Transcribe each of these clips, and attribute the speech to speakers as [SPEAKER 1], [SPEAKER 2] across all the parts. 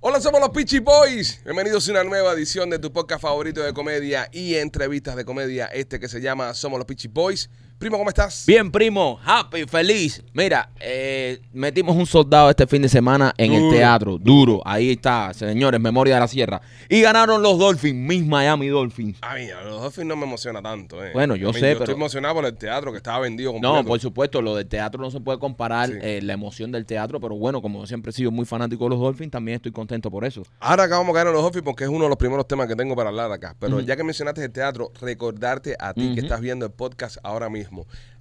[SPEAKER 1] Hola, somos los Peachy Boys. Bienvenidos a una nueva edición de tu podcast favorito de comedia y entrevistas de comedia, este que se llama Somos los Peachy Boys. Primo, ¿cómo estás?
[SPEAKER 2] Bien, primo, happy, feliz. Mira, eh, metimos un soldado este fin de semana en el
[SPEAKER 1] Duro.
[SPEAKER 2] teatro, duro. Ahí está, señores, Memoria de la Sierra. Y ganaron los Dolphins, mis Miami Dolphins.
[SPEAKER 1] A mí, a los Dolphins no me emociona tanto. Eh.
[SPEAKER 2] Bueno, yo
[SPEAKER 1] A mí,
[SPEAKER 2] sé,
[SPEAKER 1] estoy
[SPEAKER 2] pero-
[SPEAKER 1] emocionado por el teatro que estaba vendido completo.
[SPEAKER 2] No, por supuesto, lo del teatro no se puede comparar,
[SPEAKER 1] Sí.
[SPEAKER 2] eh, la emoción del teatro, pero bueno, como siempre he sido muy fanático de los Dolphins, también estoy contento por eso.
[SPEAKER 1] Ahora acabamos de caer en los Dolphins porque es uno de los primeros temas que tengo para hablar acá. Pero
[SPEAKER 2] Ujú.
[SPEAKER 1] ya que mencionaste el teatro, recordarte a ti que
[SPEAKER 2] Ujú.
[SPEAKER 1] estás viendo el podcast ahora mismo.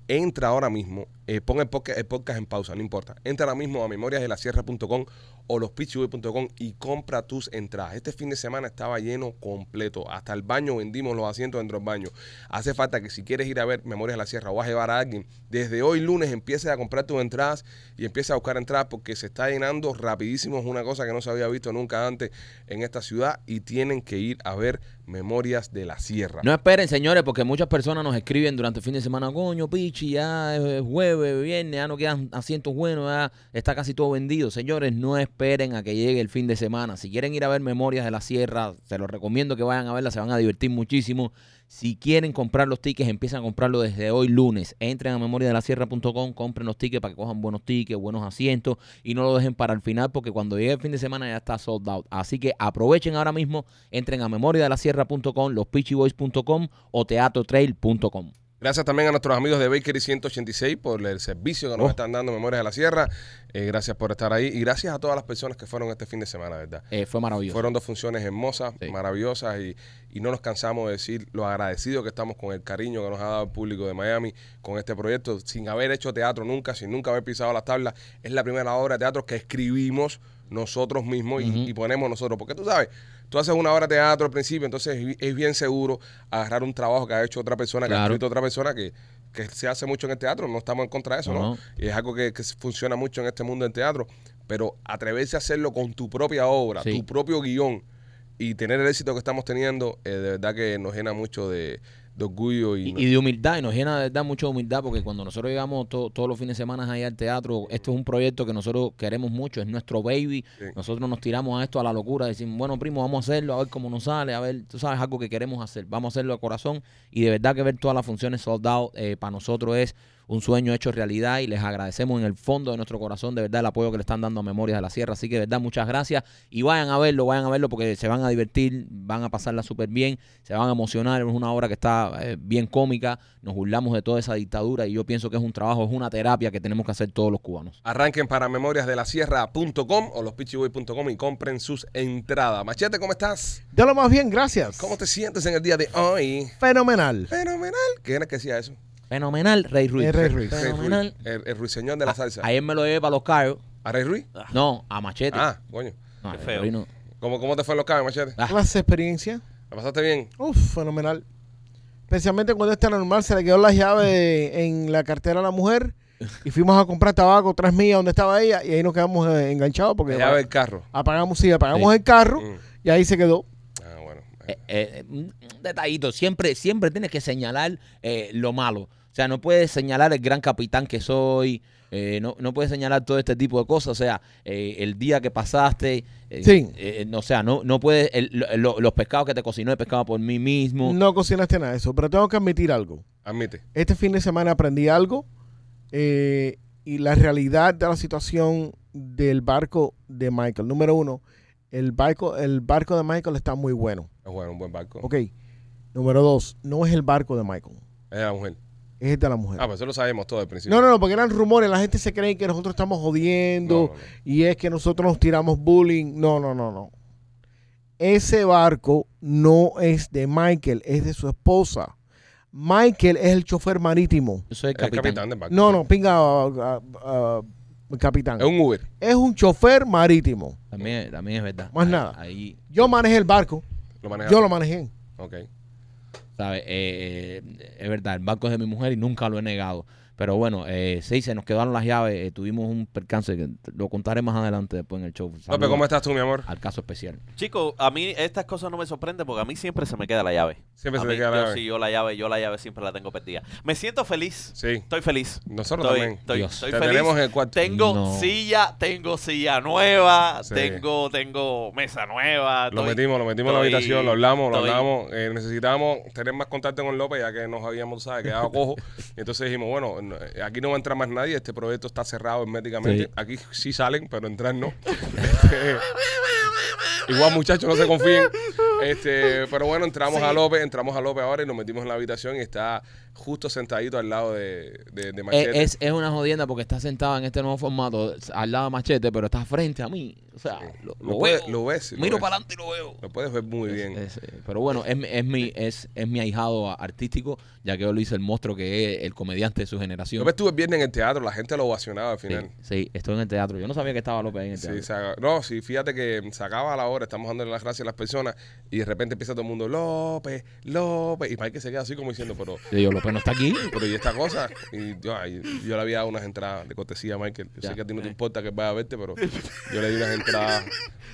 [SPEAKER 1] Entra ahora mismo, eh, pon el podcast, el podcast en pausa, no importa. Entra ahora mismo a memoriasdelasierra.com o lospitchyboy.com y compra tus entradas. Este fin de semana estaba lleno completo. Hasta el baño vendimos los asientos dentro del baño. Hace falta que si quieres ir a ver Memorias de la Sierra o vas a llevar a alguien, desde hoy lunes empieces a comprar tus entradas y empieces a buscar entradas porque se está llenando rapidísimo. Es una cosa que no se había visto nunca antes en esta ciudad y tienen que ir a ver Memorias de la Sierra.
[SPEAKER 2] No esperen, señores, porque muchas personas nos escriben durante el fin de semana, coño, pichi, ya es jueves, viernes, ya no quedan asientos buenos, ya está casi todo vendido. Señores, no esperen a que llegue el fin de semana. Si quieren ir a ver Memorias de la Sierra, se los recomiendo que vayan a verla, se van a divertir muchísimo. Si quieren comprar los tickets, empiezan a comprarlo desde hoy lunes. Entren a memoriadelasierra.com, compren los tickets para que cojan buenos tickets, buenos asientos y no lo dejen para el final porque cuando llegue el fin de semana ya está sold out. Así que aprovechen ahora mismo, entren a memoriadelasierra.com, lospitchyboys.com o teatrotrail.com.
[SPEAKER 1] Gracias también a nuestros amigos de Bakery 186 por el servicio que nos
[SPEAKER 2] Oh.
[SPEAKER 1] están dando Memorias de la Sierra. Eh, gracias por estar ahí y gracias a todas las personas que fueron este fin de semana, ¿verdad?
[SPEAKER 2] Eh, fue maravilloso.
[SPEAKER 1] Fueron dos funciones hermosas,
[SPEAKER 2] Sí.
[SPEAKER 1] maravillosas y, y no nos cansamos de decir lo agradecidos que estamos con el cariño que nos ha dado el público de Miami con este proyecto, sin haber hecho teatro nunca, sin nunca haber pisado las tablas. Es la primera obra de teatro que escribimos nosotros mismos y- y, ponemos nosotros, porque tú sabes. Tú haces una obra de teatro al principio, entonces es bi- es bien seguro agarrar un trabajo que ha hecho otra persona, que ha
[SPEAKER 2] Claro.
[SPEAKER 1] escrito otra persona, que, que se hace mucho en el teatro. No estamos en contra de eso, ¿no?
[SPEAKER 2] No, no.
[SPEAKER 1] Y es algo que, que funciona mucho en este mundo del teatro. Pero atreverse a hacerlo con tu propia obra,
[SPEAKER 2] Sí.
[SPEAKER 1] tu propio guión y tener el éxito que estamos teniendo, eh, de verdad que nos llena mucho de, de orgullo y,
[SPEAKER 2] Y, y de humildad, y nos llena de verdad mucha humildad, porque cuando nosotros llegamos to- todos los fines de semana ahí al teatro, esto es un proyecto que nosotros queremos mucho, es nuestro baby,
[SPEAKER 1] Sí.
[SPEAKER 2] nosotros nos tiramos a esto a la locura, decimos, bueno, primo, vamos a hacerlo, a ver cómo nos sale, a ver, tú sabes, algo que queremos hacer, vamos a hacerlo a corazón, y de verdad que ver todas las funciones sold out eh, para nosotros es un sueño hecho realidad y les agradecemos en el fondo de nuestro corazón de verdad el apoyo que le están dando a Memorias de la Sierra. Así que de verdad muchas gracias y vayan a verlo, vayan a verlo porque se van a divertir, van a pasarla súper bien, se van a emocionar. Es una obra que está eh, bien cómica, nos burlamos de toda esa dictadura y yo pienso que es un trabajo, es una terapia que tenemos que hacer todos los cubanos.
[SPEAKER 1] Arranquen para memoriasdelasierra.com o lospitchyboy.com y compren sus entradas. Machete, ¿cómo estás?
[SPEAKER 3] De lo más bien, gracias.
[SPEAKER 1] ¿Cómo te sientes en el día de hoy?
[SPEAKER 3] Fenomenal.
[SPEAKER 1] Fenomenal. ¿Quién era que decía eso?
[SPEAKER 2] Fenomenal, Rey Ruiz.
[SPEAKER 3] Eh, Rey Ruiz.
[SPEAKER 1] Rey Ruiz,
[SPEAKER 2] Fenomenal. Ah,
[SPEAKER 1] el, el ruiseñor de la salsa.
[SPEAKER 2] Ayer me lo llevé para los carros.
[SPEAKER 1] ¿A Rey Ruiz?
[SPEAKER 2] No, a Machete.
[SPEAKER 1] Ah, coño.
[SPEAKER 2] No,
[SPEAKER 4] qué
[SPEAKER 2] Rey
[SPEAKER 4] feo.
[SPEAKER 2] Ruiz no.
[SPEAKER 1] ¿Cómo, cómo te fue en los cabos, Machete?
[SPEAKER 2] Ah.
[SPEAKER 3] Clase de experiencia.
[SPEAKER 1] ¿La pasaste bien?
[SPEAKER 3] Uf, fenomenal. Especialmente cuando este normal se le quedó la llave en la cartera a la mujer y fuimos a comprar tabaco tres millas donde estaba ella y ahí nos quedamos eh, enganchados porque
[SPEAKER 1] Ya ve el carro.
[SPEAKER 3] apagamos, sí, apagamos
[SPEAKER 2] Sí.
[SPEAKER 3] el carro
[SPEAKER 1] Mm.
[SPEAKER 3] y ahí se quedó.
[SPEAKER 1] Ah, bueno.
[SPEAKER 2] Eh, eh, un un detallito, siempre, siempre tienes que señalar eh, lo malo. O sea, no puedes señalar el gran capitán que soy, eh, no, no puedes señalar todo este tipo de cosas. O sea, eh, el día que pasaste, eh,
[SPEAKER 3] Sí.
[SPEAKER 2] eh, no, o sea, no, no puedes, el- lo- lo- los pescados que te cocinó he pescado por mí mismo.
[SPEAKER 3] No cocinaste nada de eso, pero tengo que admitir algo.
[SPEAKER 1] Admite.
[SPEAKER 3] Este fin de semana aprendí algo eh, y la realidad de la situación del barco de Michael. Número uno, el barco, el barco de Michael está muy bueno.
[SPEAKER 1] Es bueno, un buen barco.
[SPEAKER 3] Ok. Número dos, no es el barco de Michael,
[SPEAKER 1] Es la mujer.
[SPEAKER 3] es el de la mujer.
[SPEAKER 1] Ah, pues eso lo sabemos todo al principio.
[SPEAKER 3] no, no, no, porque eran rumores, la gente se cree que nosotros estamos jodiendo
[SPEAKER 1] No, no, no.
[SPEAKER 3] y es que nosotros nos tiramos bullying. No, no, no, no. Ese barco no es de Michael, es de su esposa. Michael es el chofer marítimo.
[SPEAKER 2] Yo soy el
[SPEAKER 1] Es el
[SPEAKER 2] capitán.
[SPEAKER 1] capitán del barco.
[SPEAKER 3] No, no, pinga, ah, ah, ah, capitán.
[SPEAKER 1] Es un Uber.
[SPEAKER 3] Es un chofer marítimo.
[SPEAKER 2] También, también es verdad.
[SPEAKER 3] Más
[SPEAKER 2] Ahí-
[SPEAKER 3] nada.
[SPEAKER 2] Ahí,
[SPEAKER 3] Yo manejé el barco,
[SPEAKER 1] Lo maneja.
[SPEAKER 3] yo lo manejé.
[SPEAKER 1] Ok.
[SPEAKER 2] ¿sabes? Eh, eh, es verdad, el barco es de mi mujer y nunca lo he negado. Pero bueno, eh, sí, se nos quedaron las llaves. eh, tuvimos un percance que lo contaré más adelante después en el show.
[SPEAKER 1] López,
[SPEAKER 2] Saludos
[SPEAKER 1] ¿cómo estás tú, mi amor?
[SPEAKER 2] Al caso especial.
[SPEAKER 4] Chico, a mí estas cosas no me sorprenden porque a mí siempre se me queda la llave.
[SPEAKER 1] Siempre
[SPEAKER 4] A
[SPEAKER 1] se te
[SPEAKER 4] mí,
[SPEAKER 1] queda la
[SPEAKER 4] yo
[SPEAKER 1] llave.
[SPEAKER 4] sí, yo la llave, yo la llave siempre la tengo perdida. Me siento feliz.
[SPEAKER 1] Sí,
[SPEAKER 4] Estoy feliz.
[SPEAKER 1] nosotros
[SPEAKER 4] Estoy,
[SPEAKER 1] también.
[SPEAKER 4] estoy,
[SPEAKER 2] Dios.
[SPEAKER 4] estoy
[SPEAKER 1] Te
[SPEAKER 4] feliz.
[SPEAKER 1] tenemos en el cuarto.
[SPEAKER 4] Tengo
[SPEAKER 2] No.
[SPEAKER 4] silla, tengo silla nueva,
[SPEAKER 1] Sí.
[SPEAKER 4] tengo, tengo mesa nueva.
[SPEAKER 1] Lo
[SPEAKER 4] estoy-
[SPEAKER 1] metimos, lo metimos en la
[SPEAKER 4] estoy-
[SPEAKER 1] habitación, lo hablamos, lo
[SPEAKER 4] estoy-
[SPEAKER 1] hablamos. Eh, necesitamos tener más contacto con López, ya que nos habíamos, ¿sabes? Quedado cojo. Entonces dijimos, bueno, no- eh, aquí no va a entrar más nadie, este proyecto está cerrado herméticamente.
[SPEAKER 2] Sí.
[SPEAKER 1] Aquí sí salen, pero entrar no. Este, Igual, muchachos, no se confíen. Este, pero bueno, entramos a López, entramos a López ahora y nos metimos en la habitación y está justo sentadito al lado de, de, de
[SPEAKER 2] Eh,
[SPEAKER 1] Machete.
[SPEAKER 2] Es, es una jodienda porque está sentada en este nuevo formato al lado de Machete, pero está frente a mí. O sea, lo,
[SPEAKER 1] Lo
[SPEAKER 2] lo
[SPEAKER 1] puede-
[SPEAKER 2] veo.
[SPEAKER 1] lo ves, lo
[SPEAKER 2] Oh, Miro
[SPEAKER 1] ves.
[SPEAKER 2] para adelante y lo veo.
[SPEAKER 1] Lo puedes ver muy bien.
[SPEAKER 2] Es- es- pero bueno, es, mi- es mi, es, es mi ahijado a- artístico, ya que yo lo hice el monstruo que es el comediante de su generación.
[SPEAKER 1] López estuve el viernes en el teatro, la gente lo ovacionaba al
[SPEAKER 2] Sí,
[SPEAKER 1] final.
[SPEAKER 2] sí, estoy en el teatro. Yo no sabía que estaba López ahí en el
[SPEAKER 1] Sí,
[SPEAKER 2] teatro.
[SPEAKER 1] se- no, sí, fíjate que se acaba la hora, estamos dándole las gracias a las personas y de repente empieza todo el mundo, López, López, y Mike se queda así como diciendo, pero,
[SPEAKER 2] Yo digo, López no está aquí.
[SPEAKER 1] pero y esta cosa, y yo, ay, yo le había dado unas entradas de cortesía a Michael, yo sé
[SPEAKER 2] Ya. Eh.
[SPEAKER 1] que a ti no te importa que vaya a verte, pero yo le di unas entradas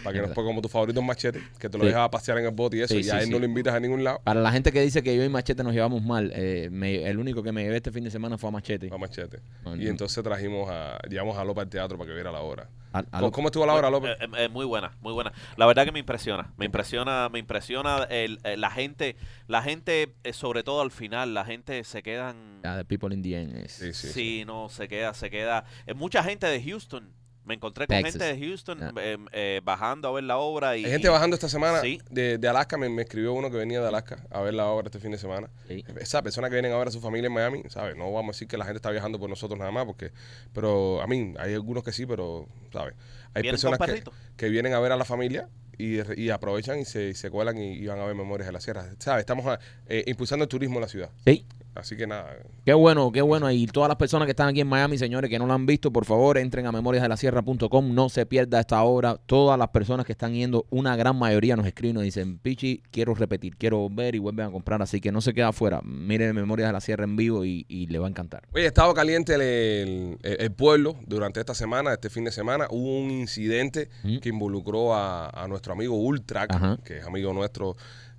[SPEAKER 1] para que nos ponga como tu favorito en machete, que te lo
[SPEAKER 2] Sí.
[SPEAKER 1] dejaba pasear en el bote y eso,
[SPEAKER 2] Sí,
[SPEAKER 1] y a
[SPEAKER 2] sí,
[SPEAKER 1] él
[SPEAKER 2] sí.
[SPEAKER 1] no lo invitas a ningún lado,
[SPEAKER 2] Para la gente que dice que yo y Machete nos llevamos mal, eh, me- el único que me llevé este fin de semana fue a Machete.
[SPEAKER 1] a machete.
[SPEAKER 2] No,
[SPEAKER 1] Y
[SPEAKER 2] no.
[SPEAKER 1] entonces trajimos a, llevamos a López al teatro para que viera la hora.
[SPEAKER 2] A- a
[SPEAKER 1] ¿Cómo,
[SPEAKER 2] López.
[SPEAKER 1] cómo estuvo la hora, López?
[SPEAKER 4] Eh, eh, eh, muy buena, muy buena. La verdad que me impresiona, me impresiona, me impresiona el- eh, la gente, la gente, eh, sobre todo al final, la gente se quedan,
[SPEAKER 2] Ah, de People in the End es-
[SPEAKER 1] Sí, sí.
[SPEAKER 4] sí, no, se queda, se queda. Eh, mucha gente de Houston, me encontré con
[SPEAKER 2] Texas.
[SPEAKER 4] gente de Houston
[SPEAKER 2] Ah.
[SPEAKER 4] eh, eh, bajando a ver la obra y
[SPEAKER 1] Hay gente bajando esta semana
[SPEAKER 4] Sí.
[SPEAKER 1] de, de Alaska. Me, me escribió uno que venía de Alaska a ver la obra este fin de semana.
[SPEAKER 2] Sí.
[SPEAKER 1] Esa persona que vienen a ver a su familia en Miami, ¿sabes? No vamos a decir que la gente está viajando por nosotros nada más, porque. Pero a mí, hay algunos que sí, pero, ¿sabes? Hay
[SPEAKER 4] ¿Vienen
[SPEAKER 1] personas
[SPEAKER 4] con
[SPEAKER 1] que,
[SPEAKER 4] perrito?
[SPEAKER 1] que vienen a ver a la familia y, de re- y aprovechan y se, y se cuelan y, y van a ver Memorias de la Sierra. ¿Sabes? Estamos ah, eh, impulsando el turismo en la ciudad.
[SPEAKER 2] Sí.
[SPEAKER 1] Así que nada.
[SPEAKER 2] Qué bueno, qué bueno. Y todas las personas que están aquí en Miami, señores, que no la han visto, por favor, entren a memoriasdelasierra.com. No se pierda esta obra. Todas las personas que están yendo, una gran mayoría nos escriben, nos dicen, Pichi, quiero repetir, quiero volver y vuelven a comprar. Así que no se queda afuera. Mire Memorias de la Sierra en vivo y, y le va a encantar.
[SPEAKER 1] Oye, ha estado caliente el, el- el pueblo durante esta semana, este fin de semana. Hubo un incidente
[SPEAKER 2] Mm.
[SPEAKER 1] que involucró a, a nuestro amigo Ultrac,
[SPEAKER 2] Ajá.
[SPEAKER 1] que es amigo nuestro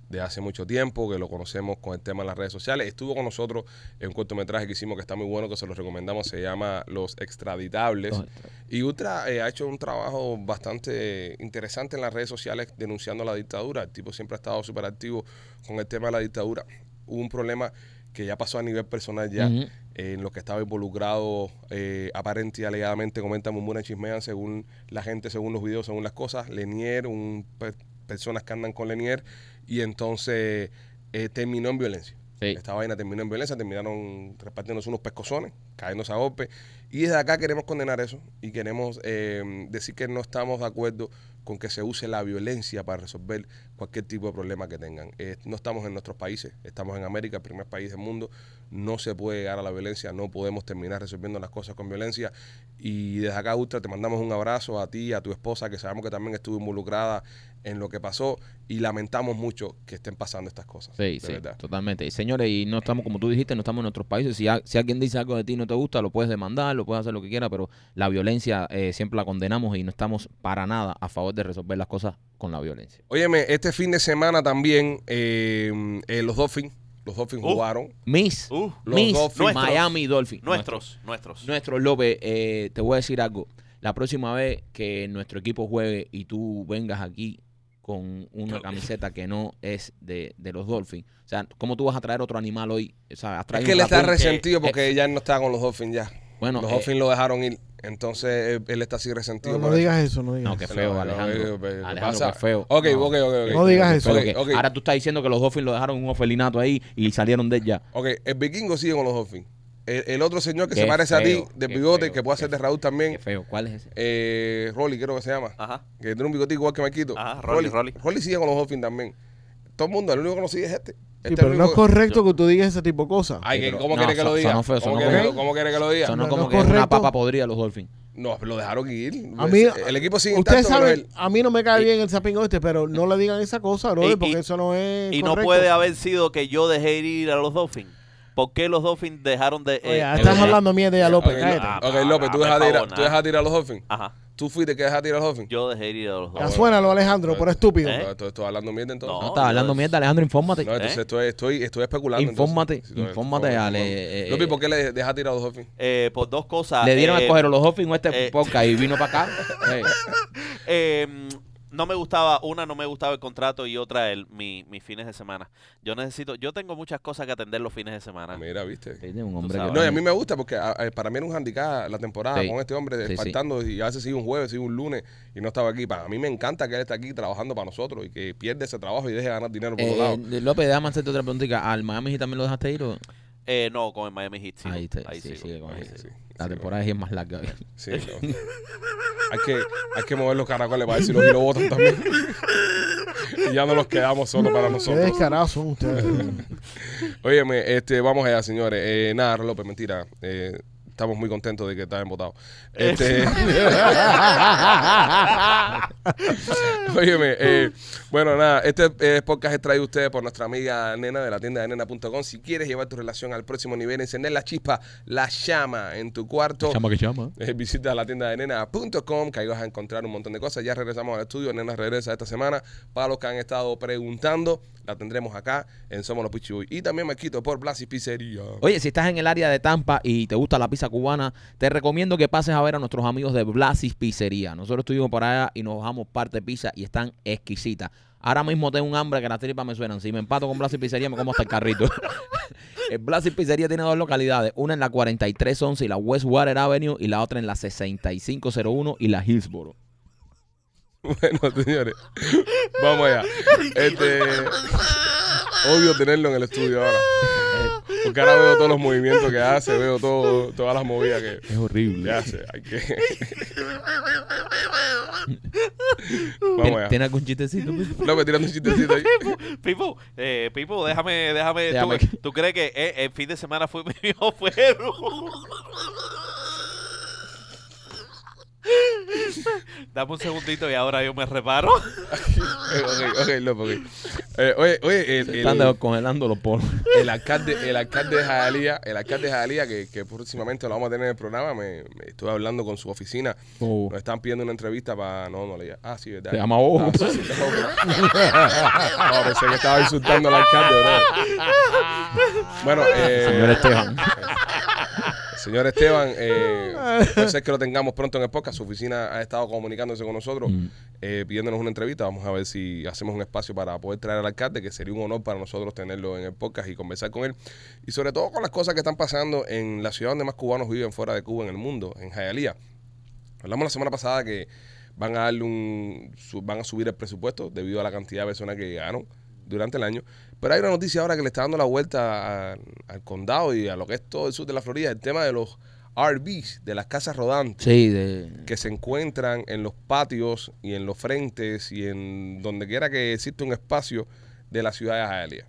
[SPEAKER 1] de hace mucho tiempo, que lo conocemos con el tema de las redes sociales. Estuvo con nosotros en un cortometraje que hicimos que está muy bueno, que se los recomendamos, se llama Los Extraditables. Y Ultra eh, ha hecho un trabajo bastante interesante en las redes sociales denunciando la dictadura. El tipo siempre ha estado súper activo con el tema de la dictadura. Hubo un problema que ya pasó a nivel personal ya,
[SPEAKER 2] Ujú.
[SPEAKER 1] eh, en lo que estaba involucrado eh, aparente y alegadamente, comentan, murmuran, chismean, según la gente, según los videos, según las cosas. Lenier, un, pe- personas que andan con Lenier, y entonces eh, terminó en violencia.
[SPEAKER 2] Sí.
[SPEAKER 1] Esta vaina terminó en violencia, terminaron repartiéndose unos pescozones, cayéndose a golpe. Y desde acá queremos condenar eso y queremos eh, decir que no estamos de acuerdo con que se use la violencia para resolver cualquier tipo de problema que tengan. Eh, no estamos en nuestros países, estamos en América, el primer país del mundo. No se puede llegar a la violencia, no podemos terminar resolviendo las cosas con violencia. Y desde acá, Ultra, te mandamos un abrazo a ti, a tu esposa, que sabemos que también estuvo involucrada en lo que pasó y lamentamos mucho que estén pasando estas cosas.
[SPEAKER 2] Sí,
[SPEAKER 1] de
[SPEAKER 2] sí,
[SPEAKER 1] verdad.
[SPEAKER 2] totalmente. Y señores, y no estamos, como tú dijiste, no estamos en nuestros países. Si, a- si alguien dice algo de ti y no te gusta, lo puedes demandar, lo puedes hacer lo que quiera, pero la violencia eh, siempre la condenamos y no estamos para nada a favor de resolver las cosas con la violencia.
[SPEAKER 1] Óyeme, este fin de semana también eh, eh, los Dolphins, los Dolphins
[SPEAKER 4] Uh.
[SPEAKER 1] jugaron.
[SPEAKER 2] Miss,
[SPEAKER 4] Uh,
[SPEAKER 1] Los
[SPEAKER 2] Miss
[SPEAKER 1] Dolphins.
[SPEAKER 2] Miami Dolphins.
[SPEAKER 4] nuestros, nuestros.
[SPEAKER 2] Nuestro López, eh, te voy a decir algo. La próxima vez que nuestro equipo juegue y tú vengas aquí con una camiseta que no es de, de los Dolphins, o sea, ¿cómo tú vas a traer otro animal hoy? O sea, has
[SPEAKER 1] Es
[SPEAKER 2] traído
[SPEAKER 1] que
[SPEAKER 2] un
[SPEAKER 1] él está
[SPEAKER 2] ratón.
[SPEAKER 1] resentido porque ya él no está con los Dolphins ya.
[SPEAKER 2] Bueno,
[SPEAKER 1] los
[SPEAKER 2] eh,
[SPEAKER 1] Dolphins lo dejaron ir. Entonces él, él está así resentido.
[SPEAKER 3] No,
[SPEAKER 1] por
[SPEAKER 3] no
[SPEAKER 1] eso.
[SPEAKER 3] digas eso, no digas
[SPEAKER 2] No, qué
[SPEAKER 3] eso.
[SPEAKER 2] feo,
[SPEAKER 1] No, no,
[SPEAKER 2] Alejandro.
[SPEAKER 1] no, no, no,
[SPEAKER 2] Alejandro,
[SPEAKER 1] pasa.
[SPEAKER 2] qué feo.
[SPEAKER 1] Ok,
[SPEAKER 2] No.
[SPEAKER 1] ok, ok. ok.
[SPEAKER 3] No digas eso.
[SPEAKER 2] Pero
[SPEAKER 1] Ok,
[SPEAKER 2] que
[SPEAKER 1] ok.
[SPEAKER 2] Ahora tú estás diciendo que los Dolphins lo dejaron en un felinato ahí y salieron de él ya.
[SPEAKER 1] Ok, el vikingo sigue con los Dolphins. El, el otro señor que
[SPEAKER 2] Qué
[SPEAKER 1] se parece
[SPEAKER 2] feo,
[SPEAKER 1] a ti, de
[SPEAKER 2] qué
[SPEAKER 1] bigote,
[SPEAKER 2] feo,
[SPEAKER 1] que puede
[SPEAKER 2] qué
[SPEAKER 1] ser de Raúl también.
[SPEAKER 2] Qué feo. Ah. ¿Cuál es ese?
[SPEAKER 1] Eh, Rolly, creo que se llama.
[SPEAKER 4] Ajá.
[SPEAKER 1] Que tiene un bigote igual que Maquito.
[SPEAKER 2] Ah,
[SPEAKER 4] Ajá, Rolly, Rolly.
[SPEAKER 1] sigue con los Dolphins también. Todo el mundo, el único que no sigue es este. Este
[SPEAKER 3] Sí,
[SPEAKER 1] es
[SPEAKER 3] pero
[SPEAKER 1] el
[SPEAKER 3] no es
[SPEAKER 1] único que-
[SPEAKER 3] correcto que tú digas ese tipo de cosas.
[SPEAKER 1] Ay, que-
[SPEAKER 2] Sí, pero-
[SPEAKER 1] ¿cómo
[SPEAKER 2] no,
[SPEAKER 1] quiere que
[SPEAKER 2] son-
[SPEAKER 1] lo diga?
[SPEAKER 2] sonó feo,
[SPEAKER 1] ¿Cómo
[SPEAKER 2] sonó
[SPEAKER 1] quiere que
[SPEAKER 3] como-
[SPEAKER 1] lo- ¿Cómo quiere que lo diga?
[SPEAKER 2] Sonó
[SPEAKER 3] no,
[SPEAKER 2] como
[SPEAKER 3] no,
[SPEAKER 2] que es una
[SPEAKER 3] correcto.
[SPEAKER 2] papa podrida los Dolphins.
[SPEAKER 1] No, lo dejaron ir.
[SPEAKER 3] A mí-
[SPEAKER 1] Pues, eh, el equipo sigue
[SPEAKER 3] Ustedes
[SPEAKER 1] intacto, pero
[SPEAKER 3] saben,
[SPEAKER 1] él-
[SPEAKER 3] a mí no me cae bien el sapín oeste, pero no le digan esa cosa, brother,
[SPEAKER 4] Y- y-
[SPEAKER 3] porque eso no es
[SPEAKER 4] Y no
[SPEAKER 3] correcto.
[SPEAKER 4] puede haber sido que yo dejé ir a los Dolphins. ¿Por qué los Dolphins dejaron de...? eh,
[SPEAKER 3] Oye,
[SPEAKER 4] eh,
[SPEAKER 3] estás
[SPEAKER 2] eh,
[SPEAKER 3] hablando mierda ya, López,
[SPEAKER 1] Ok,
[SPEAKER 3] cállate.
[SPEAKER 4] ah,
[SPEAKER 1] ok, López, tú
[SPEAKER 4] por
[SPEAKER 1] dejas de ir a,
[SPEAKER 4] favor,
[SPEAKER 1] tú
[SPEAKER 4] nada.
[SPEAKER 1] dejas de ir a los Dolphins.
[SPEAKER 4] Ajá,
[SPEAKER 1] ¿Tú fuiste que dejaste de ir a los Dolphins?
[SPEAKER 4] yo dejé de ir a los
[SPEAKER 3] Ya
[SPEAKER 4] Dolphins.
[SPEAKER 3] suénalo, Alejandro, por estúpido.
[SPEAKER 4] ¿Eh?
[SPEAKER 1] Estoy, estoy hablando mierda entonces.
[SPEAKER 4] No,
[SPEAKER 2] No, estás hablando
[SPEAKER 4] yo-
[SPEAKER 2] mierda, Alejandro, infórmate.
[SPEAKER 1] No, entonces
[SPEAKER 4] ¿Eh?
[SPEAKER 1] estoy, estoy, estoy especulando.
[SPEAKER 2] Infórmate,
[SPEAKER 1] entonces. Sí, estoy-
[SPEAKER 2] infórmate,
[SPEAKER 1] estoy
[SPEAKER 2] Ale,
[SPEAKER 1] informando.
[SPEAKER 2] eh,
[SPEAKER 1] López, ¿por qué le dejas tirar a los Dolphins?
[SPEAKER 4] Eh, por dos cosas.
[SPEAKER 2] Le dieron
[SPEAKER 4] eh,
[SPEAKER 2] a coger a los Hoffing este
[SPEAKER 4] eh,
[SPEAKER 2] podcast y vino para acá. Eh,
[SPEAKER 4] eh, no me gustaba, una no me gustaba el contrato y otra el, mi, mis fines de semana. Yo necesito, yo tengo muchas cosas que atender los fines de semana.
[SPEAKER 1] Mira, viste.
[SPEAKER 2] tiene un hombre
[SPEAKER 4] Tú
[SPEAKER 2] que-
[SPEAKER 4] sabes.
[SPEAKER 1] No, y a mí me gusta porque a- a- para mí era un handicap la temporada
[SPEAKER 2] Sí.
[SPEAKER 1] con este hombre
[SPEAKER 2] Sí, sí.
[SPEAKER 1] faltando y a veces sigue un jueves, sigue un lunes y no estaba aquí. Para mí me encanta que él está aquí trabajando para nosotros y que pierde ese trabajo y deje de ganar dinero por otro lado.
[SPEAKER 2] Eh, López, déjame hacerte otra pregunta. ¿Al Miami Heat también lo dejaste ir? o-
[SPEAKER 4] Eh, no, con el Miami Heat. sigo.
[SPEAKER 2] ahí te,
[SPEAKER 4] Ahí
[SPEAKER 2] sí,
[SPEAKER 4] sigo,
[SPEAKER 2] sigue con
[SPEAKER 4] ahí
[SPEAKER 2] eso.
[SPEAKER 4] sigo.
[SPEAKER 2] La temporada sí es más larga.
[SPEAKER 1] Sí, no. hay, que, hay que mover los caracoles para ver si los y lo botan también. y ya no los quedamos solo para
[SPEAKER 4] eh,
[SPEAKER 3] Qué
[SPEAKER 1] nosotros.
[SPEAKER 3] descarados son ustedes.
[SPEAKER 1] Óyeme, este, vamos allá, señores. Eh, nada, López, mentira. Eh, estamos muy contentos de que estás votado. Este, Óyeme, eh, bueno, nada, este eh, podcast es traído a ustedes por nuestra amiga Nena de la tienda de nena.com. Si quieres llevar tu relación al próximo nivel, encender la chispa, la llama en tu cuarto.
[SPEAKER 2] que llama.
[SPEAKER 1] Eh, Visita la tienda de nena.com que ahí vas a encontrar un montón de cosas. Ya regresamos al estudio. Nena regresa esta semana. Para los que han estado preguntando, la tendremos acá en Somos los Pichiboy. Y también me quito por Blas y Pizzería.
[SPEAKER 2] Oye, si estás en el área de Tampa y te gusta la pizza cubana, te recomiendo que pases a ver a nuestros amigos de Blasis Pizzería. Nosotros estuvimos por allá y nos bajamos parte de pizza y están exquisitas. Ahora mismo tengo un hambre que las tripas me suenan. Si me empato con Blasis Pizzería, me como hasta el carrito. El Blasis Pizzería tiene dos localidades, una en la 4311 y la Westwater Avenue y la otra en la 6501 y la Hillsboro.
[SPEAKER 1] Bueno, señores, vamos allá. Este, odio tenerlo en el estudio ahora. Porque ahora veo todos los movimientos que hace, veo todo, todas las movidas que,
[SPEAKER 2] Es horrible.
[SPEAKER 1] que hace. Hay que...
[SPEAKER 2] ¿Tiene,
[SPEAKER 1] vamos allá.
[SPEAKER 2] tiene algún chistecito?
[SPEAKER 1] López, tirando un chistecito ahí.
[SPEAKER 4] Pipo, eh, Pipo, déjame, déjame. tú-
[SPEAKER 2] Déjame
[SPEAKER 4] ¿tú, crees que eh, el fin de semana fue mío? Fueron. Dame un segundito y ahora yo me reparo.
[SPEAKER 1] Eh, ok, ok, López, ok. Eh, oye, oye, el,
[SPEAKER 2] Están
[SPEAKER 1] el,
[SPEAKER 2] congelando los polos.
[SPEAKER 1] el alcalde, el alcalde de Jalía, el alcalde de Jalía, que, que próximamente lo vamos a tener en el programa, me, me estuve hablando con su oficina.
[SPEAKER 2] Oh.
[SPEAKER 1] Nos están pidiendo una entrevista para. No, no leía. Ah, sí, verdad.
[SPEAKER 2] Se llama Ojo.
[SPEAKER 1] Ah, sí, sí, está Ojo. No, pensé que estaba insultando al alcalde, bro. Bueno, eh,
[SPEAKER 2] Señor Esteban.
[SPEAKER 1] Señor Esteban, eh, puede ser que lo tengamos pronto en el podcast. Su oficina ha estado comunicándose con nosotros,
[SPEAKER 2] Mm.
[SPEAKER 1] eh, pidiéndonos una entrevista. Vamos a ver si hacemos un espacio para poder traer al alcalde, que sería un honor para nosotros tenerlo en el podcast y conversar con él. Y sobre todo con las cosas que están pasando en la ciudad donde más cubanos viven fuera de Cuba, en el mundo, en Hialeah. Hablamos la semana pasada que van a darle un, su- van a subir el presupuesto debido a la cantidad de personas que llegaron durante el año. Pero hay una noticia ahora que le está dando la vuelta a- al condado y a lo que es todo el sur de la Florida, el tema de los RVs, de las casas rodantes
[SPEAKER 2] Sí, de...
[SPEAKER 1] que se encuentran en los patios y en los frentes y en donde quiera que exista un espacio de la ciudad de Hialeah.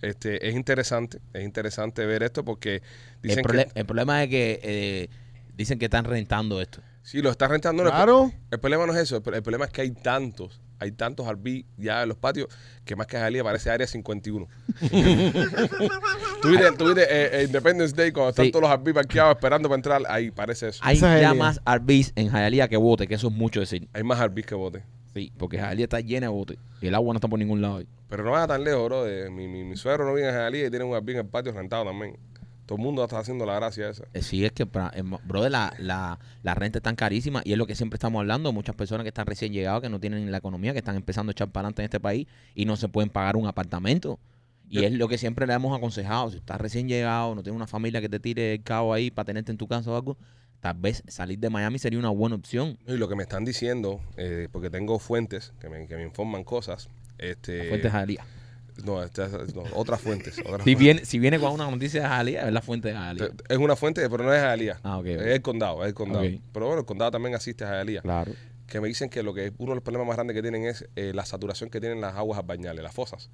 [SPEAKER 1] Este, es interesante, es interesante ver esto porque dicen
[SPEAKER 2] El,
[SPEAKER 1] que
[SPEAKER 2] prole- el problema es que eh, dicen que están rentando esto.
[SPEAKER 1] si lo están rentando no,
[SPEAKER 3] Claro.
[SPEAKER 1] El problema no es eso, el pro- el problema es que hay tantos, hay tantos RB ya en los patios que más que Jalía parece área 51. tú viste, tú viste, eh, eh, Independence Day cuando están
[SPEAKER 2] Sí.
[SPEAKER 1] todos los RB parqueados esperando para entrar, ahí parece eso. Hay,
[SPEAKER 2] Hay
[SPEAKER 3] Esa es
[SPEAKER 2] ya
[SPEAKER 3] Jalía.
[SPEAKER 2] más arbis en Jalía que bote, que eso es mucho decir.
[SPEAKER 1] más RB que bote.
[SPEAKER 2] Sí, porque Jalía está llena de bote. Y el agua no está por ningún lado. ahí.
[SPEAKER 1] Pero no vaya tan lejos, bro. de- mi, mi, mi suegro no viene a Jalía y tiene un RB en el patio rentado también. Todo el mundo está haciendo la gracia esa.
[SPEAKER 2] Eh, Sí, es que, pra- em, brother, la, la, la renta es tan carísima y es lo que siempre estamos hablando. Muchas personas que están recién llegadas, que no tienen la economía, que están empezando a echar para adelante en este país y no se pueden pagar un apartamento. Y
[SPEAKER 1] Yo-
[SPEAKER 2] es lo que siempre le hemos aconsejado. Si estás recién llegado, no tienes una familia que te tire el cabo ahí para tenerte en tu casa o algo, tal vez salir de Miami sería una buena opción.
[SPEAKER 1] Y lo que me están diciendo, eh, porque tengo fuentes que me, que me informan cosas. Este,
[SPEAKER 2] La fuente es Jalía.
[SPEAKER 1] no, esta- no, otras fuentes. Otras
[SPEAKER 2] Si
[SPEAKER 1] fuentes.
[SPEAKER 2] viene, si viene con una noticia de Jalía, es la fuente de Jalía.
[SPEAKER 1] Te- Eh, Es una fuente, pero no es Jalía.
[SPEAKER 2] Ah, ok, ok.
[SPEAKER 1] Es el condado, es el condado.
[SPEAKER 2] Ok.
[SPEAKER 1] Pero bueno, el condado también asiste a Jalía.
[SPEAKER 2] Claro.
[SPEAKER 1] Que me dicen que lo que uno de los problemas más grandes que tienen es eh, la saturación que tienen las aguas bañales, las fosas.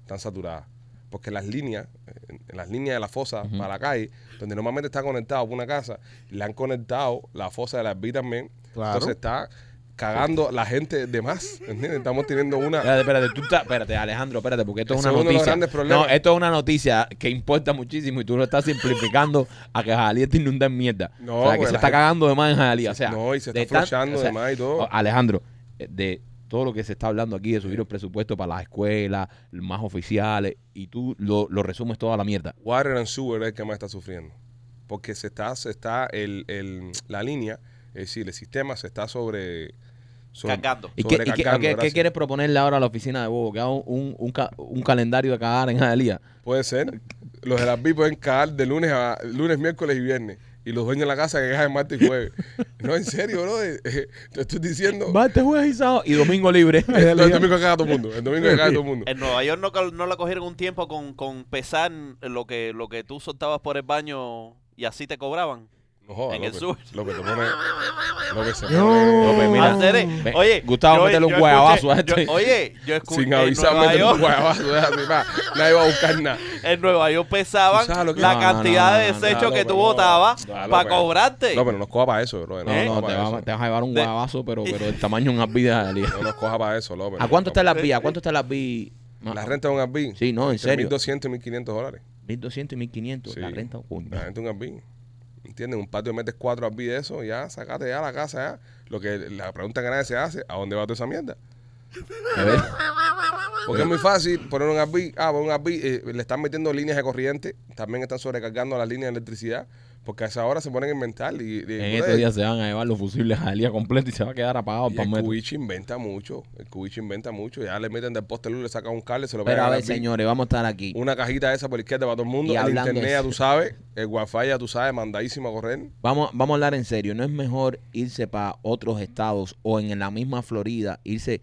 [SPEAKER 1] Están saturadas. Porque las líneas, eh, en las líneas de la fosa para la calle, donde normalmente está conectado por una casa, le han conectado la fosa de las B también.
[SPEAKER 3] Claro.
[SPEAKER 1] Entonces está cagando la gente de más. ¿entiendes? Estamos teniendo una...
[SPEAKER 2] Espérate, espérate, tú estás- espérate, Alejandro, espérate, porque esto es
[SPEAKER 1] Ese
[SPEAKER 2] una
[SPEAKER 1] es uno de los
[SPEAKER 2] noticia.
[SPEAKER 1] grandes problemas.
[SPEAKER 2] No, esto es una noticia que importa muchísimo y tú lo estás simplificando a que Jalía te inunda en mierda.
[SPEAKER 1] No,
[SPEAKER 2] o sea, que
[SPEAKER 1] güey,
[SPEAKER 2] se
[SPEAKER 1] la
[SPEAKER 2] está
[SPEAKER 1] gente-
[SPEAKER 2] cagando de más en Jalía. O sea,
[SPEAKER 1] no, y se
[SPEAKER 2] de
[SPEAKER 1] está
[SPEAKER 2] tan-
[SPEAKER 1] flochando
[SPEAKER 2] o sea,
[SPEAKER 1] de más y todo.
[SPEAKER 2] Alejandro, eh, de todo lo que se está hablando aquí de subir el presupuesto para las escuelas, más oficiales, y tú lo, lo resumes toda la mierda.
[SPEAKER 1] Water and Sewer es el que más está sufriendo. Porque se está, se está el, el- la línea, es decir, el sistema se está sobre. sobre-
[SPEAKER 4] Cargando.
[SPEAKER 2] ¿Y qué, y qué-
[SPEAKER 1] sobrecargando,
[SPEAKER 2] qué- qué
[SPEAKER 1] gracias.
[SPEAKER 2] quieres proponerle ahora a la oficina de Bobo? Que haga un, un- un ca- un calendario de cagar en Jalía.
[SPEAKER 1] Puede ser. Los de las B pueden cagar de lunes a lunes, miércoles y viernes. Y los dueños de la casa que cagan martes y jueves. No, en serio, bro. eh, eh, Te estoy diciendo.
[SPEAKER 2] Martes, jueves y sábado y domingo libre.
[SPEAKER 1] El, el domingo caga todo el mundo. El domingo caga todo el mundo.
[SPEAKER 4] En Nueva York no, cal- no la cogieron un tiempo con, con pesar lo que, lo que tú soltabas por el baño y así te cobraban.
[SPEAKER 1] No jodas,
[SPEAKER 4] en el
[SPEAKER 1] López.
[SPEAKER 4] sur.
[SPEAKER 1] López, te pone. López se
[SPEAKER 3] No.
[SPEAKER 1] pone-
[SPEAKER 2] López, mira.
[SPEAKER 4] Ah, Cere,
[SPEAKER 2] Ve,
[SPEAKER 4] oye,
[SPEAKER 2] Gustavo, métele un
[SPEAKER 4] escuché-
[SPEAKER 2] guayabazo a
[SPEAKER 4] yo-
[SPEAKER 2] este.
[SPEAKER 4] oye, yo escuché.
[SPEAKER 1] Sin avisarme, te
[SPEAKER 4] en,
[SPEAKER 1] un
[SPEAKER 4] Nueva York,
[SPEAKER 1] guayabazo. es así, va. Nadie va a buscar nada.
[SPEAKER 4] en Nueva York pesaban
[SPEAKER 1] ¿Tú sabes lo que-
[SPEAKER 2] No,
[SPEAKER 4] la
[SPEAKER 2] no,
[SPEAKER 4] cantidad
[SPEAKER 2] no,
[SPEAKER 4] de
[SPEAKER 2] no, no,
[SPEAKER 4] desechos
[SPEAKER 1] no,
[SPEAKER 4] que
[SPEAKER 1] no,
[SPEAKER 4] tú
[SPEAKER 1] no,
[SPEAKER 4] botabas
[SPEAKER 1] no, no,
[SPEAKER 4] para
[SPEAKER 1] no,
[SPEAKER 4] cobrarte.
[SPEAKER 1] No, pero nos coja para eso, bro. No,
[SPEAKER 2] No,
[SPEAKER 1] nos
[SPEAKER 2] no,
[SPEAKER 1] coja
[SPEAKER 2] te,
[SPEAKER 1] para
[SPEAKER 2] va-
[SPEAKER 1] Eh, eso.
[SPEAKER 2] te vas a llevar un
[SPEAKER 4] De-
[SPEAKER 2] guayabazo, pero, pero el tamaño de un arbi de Jalía.
[SPEAKER 1] No nos coja para eso, López.
[SPEAKER 2] ¿A cuánto está el
[SPEAKER 1] la
[SPEAKER 2] arbi? ¿A cuánto está el arbi?
[SPEAKER 1] La renta de un Airbnb?
[SPEAKER 2] Sí, no, en serio.
[SPEAKER 1] 1200 y 1500 dólares.
[SPEAKER 2] 1200 y 1500. La
[SPEAKER 1] Sí.
[SPEAKER 2] renta, coño.
[SPEAKER 1] La gente un Airbnb. ¿Entiendes? Un patio de metes cuatro Airbnb de eso, ya, sacate ya la casa, ya. Lo que la pregunta que nadie se hace, ¿a dónde va toda esa mierda?
[SPEAKER 2] A ver,
[SPEAKER 1] Porque es muy fácil poner un Airbnb, ah, poner un Airbnb, eh, le están metiendo líneas de corriente, también están sobrecargando las líneas de electricidad, porque a esa hora se ponen a inventar y, y-
[SPEAKER 2] en
[SPEAKER 1] y-
[SPEAKER 2] estos días se van a llevar los fusibles a Jalía completo y se va a quedar apagado
[SPEAKER 1] y
[SPEAKER 2] para
[SPEAKER 1] el
[SPEAKER 2] metro.
[SPEAKER 1] cubicho inventa mucho, el cubicho inventa mucho, ya le meten del poste luz, le sacan un cable, se lo
[SPEAKER 2] Pero
[SPEAKER 1] pegan
[SPEAKER 2] a
[SPEAKER 1] al
[SPEAKER 2] ver,
[SPEAKER 1] Airbnb.
[SPEAKER 2] señores, vamos a estar aquí.
[SPEAKER 1] Una cajita esa por izquierda para todo el mundo.
[SPEAKER 2] Y
[SPEAKER 1] el
[SPEAKER 2] hablando
[SPEAKER 1] internet,
[SPEAKER 2] de
[SPEAKER 1] ya
[SPEAKER 2] eso.
[SPEAKER 1] tú sabes. El wifi, ya tú sabes, mandadísimo a correr.
[SPEAKER 2] Vamos, vamos a hablar en serio. ¿No es mejor irse para otros estados o en la misma Florida? Irse.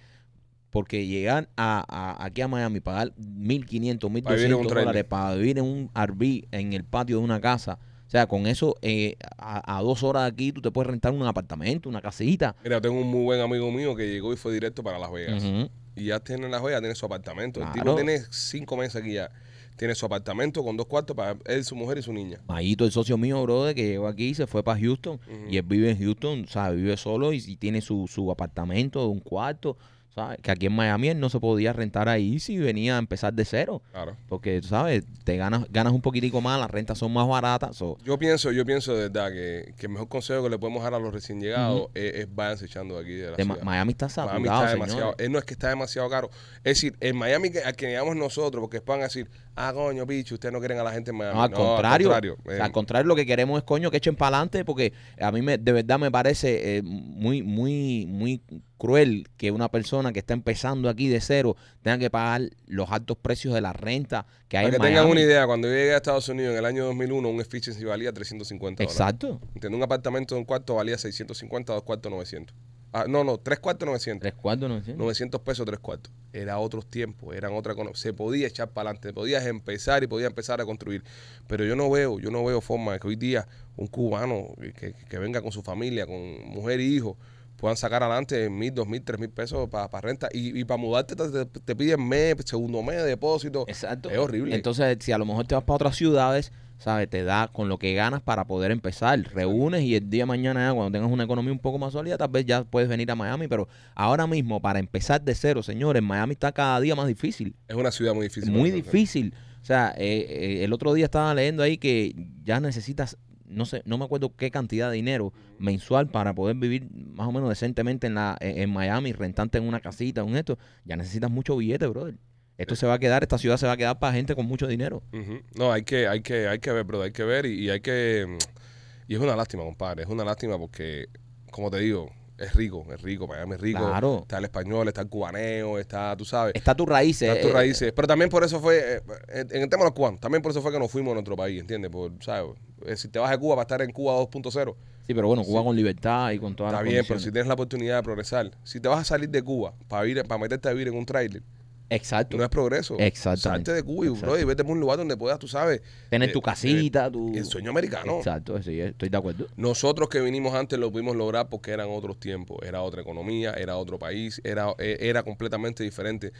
[SPEAKER 2] Porque llegar a, a- aquí a Miami, pagar 1.500,
[SPEAKER 1] Para vivir en un
[SPEAKER 2] 1.200
[SPEAKER 1] trailer.
[SPEAKER 2] dólares para vivir en un RV en el patio de una casa. O sea, con eso, eh, a, a dos horas de aquí, tú te puedes rentar un apartamento, una casita.
[SPEAKER 1] Mira, tengo un muy buen amigo mío que llegó y fue directo para Las Vegas.
[SPEAKER 2] Ujú.
[SPEAKER 1] Y ya tiene en Las Vegas, tiene su apartamento. El tipo
[SPEAKER 2] Claro.
[SPEAKER 1] tiene cinco meses aquí ya. Tiene su apartamento con dos cuartos para él, su mujer y su niña.
[SPEAKER 2] Mayito, el socio mío, brother, que llegó aquí, se fue para Houston. Y él vive en Houston, ¿sabes? Vive solo y, y tiene su, su apartamento, un cuarto, ¿sabes? Que aquí en Miami él no se podía rentar ahí si venía a empezar de cero.
[SPEAKER 1] Claro.
[SPEAKER 2] Porque, tú ¿sabes? Te ganas, ganas un poquitico más, las rentas son más baratas. so-
[SPEAKER 1] Yo pienso, yo pienso de verdad que, que el mejor consejo que le podemos dar a los recién llegados es, es váyanse echando de aquí de la
[SPEAKER 2] de Ma-
[SPEAKER 1] ciudad.
[SPEAKER 2] Miami está saturado,
[SPEAKER 1] Miami está
[SPEAKER 2] señores.
[SPEAKER 1] demasiado. eh, no es que está demasiado caro. Es decir, en Miami que- a quien llegamos nosotros, porque van a decir, ah, coño, bicho, ustedes no quieren a la gente en Miami.
[SPEAKER 2] No, al
[SPEAKER 1] Ah, No,
[SPEAKER 2] contrario.
[SPEAKER 1] eh,
[SPEAKER 2] O sea, al contrario, lo que queremos es coño que echen para adelante, porque a mí me, de verdad me parece eh, muy, muy, muy cruel que una persona que está empezando aquí de cero tenga que pagar los altos precios de la renta que hay
[SPEAKER 1] Para que
[SPEAKER 2] en
[SPEAKER 1] tengan
[SPEAKER 2] Miami.
[SPEAKER 1] una idea, cuando yo llegué a Estados Unidos en el año 2001, un efficiency valía 350 dólares.
[SPEAKER 2] Exacto.
[SPEAKER 1] Entiendo, un apartamento de un cuarto valía 650, dos cuartos 900. Ah, no, no, tres cuartos 900.
[SPEAKER 2] Tres cuartos, no entiendo.
[SPEAKER 1] 900 pesos, tres cuartos. Era otros tiempos, eran otra econo- Se podía echar para adelante, podías empezar y podías empezar a construir. Pero yo no veo, yo no veo forma de que hoy día un cubano que, que- que venga con su familia, con mujer y hijo, puedan sacar adelante mil, dos mil, tres mil pesos para renta. Y, para mudarte te, te- te piden mes, segundo mes de depósito.
[SPEAKER 2] Exacto.
[SPEAKER 1] Es horrible.
[SPEAKER 2] Entonces, si a lo mejor te vas para otras ciudades, ¿sabes? Te da con lo que ganas para poder empezar. Reúnes y el día de mañana, ya cuando tengas una economía un poco más sólida, tal vez ya puedes venir a Miami. Pero ahora mismo, para empezar de cero, señores, Miami está cada día más difícil.
[SPEAKER 1] Es una ciudad muy difícil.
[SPEAKER 2] muy
[SPEAKER 1] para hacer.
[SPEAKER 2] difícil. O sea, eh, eh, el otro día estaba leyendo ahí que ya necesitas, no sé, no me acuerdo qué cantidad de dinero mensual para poder vivir más o menos decentemente en la eh, en en Miami, rentante en una casita, en esto. Ya necesitas mucho billete, brother. Esto se va a quedar, esta ciudad se va a quedar para gente con mucho dinero.
[SPEAKER 1] Ujú. No, hay que, hay que, hay que ver, brother, hay que ver y, y hay que mm, y es una lástima, compadre, es una lástima porque, como te digo, es rico, es rico, Miami es rico,
[SPEAKER 2] Claro.
[SPEAKER 1] está el español, está el cubaneo, está, tú sabes,
[SPEAKER 2] Está tus raíces.
[SPEAKER 1] está tus
[SPEAKER 2] eh,
[SPEAKER 1] raíces. Pero también por eso fue, eh, en en el tema de los cubanos, también por eso fue que nos fuimos a nuestro país, ¿entiendes? Por, ¿sabes? Eh, Si te vas a Cuba para estar en Cuba 2.0,
[SPEAKER 2] eh, Sí, pero bueno, Cuba con libertad y con todas
[SPEAKER 1] está
[SPEAKER 2] las
[SPEAKER 1] bien, pero si
[SPEAKER 2] condiciones.
[SPEAKER 1] tienes la oportunidad de progresar, si te vas a salir de Cuba para ir, para meterte a vivir en un tráiler,
[SPEAKER 2] Exacto.
[SPEAKER 1] no es progreso.
[SPEAKER 2] Exactamente.
[SPEAKER 1] Salte de Cuba y,
[SPEAKER 2] Exacto.
[SPEAKER 1] brother, y vete a un lugar donde puedas, tú sabes.
[SPEAKER 2] Tener
[SPEAKER 1] eh,
[SPEAKER 2] tu
[SPEAKER 1] eh,
[SPEAKER 2] casita, tu...
[SPEAKER 1] El sueño americano.
[SPEAKER 2] Exacto, sí, eh, estoy de acuerdo.
[SPEAKER 1] Nosotros que vinimos antes lo pudimos lograr porque eran otros tiempos, era otra economía, era otro país, era, e- era completamente diferente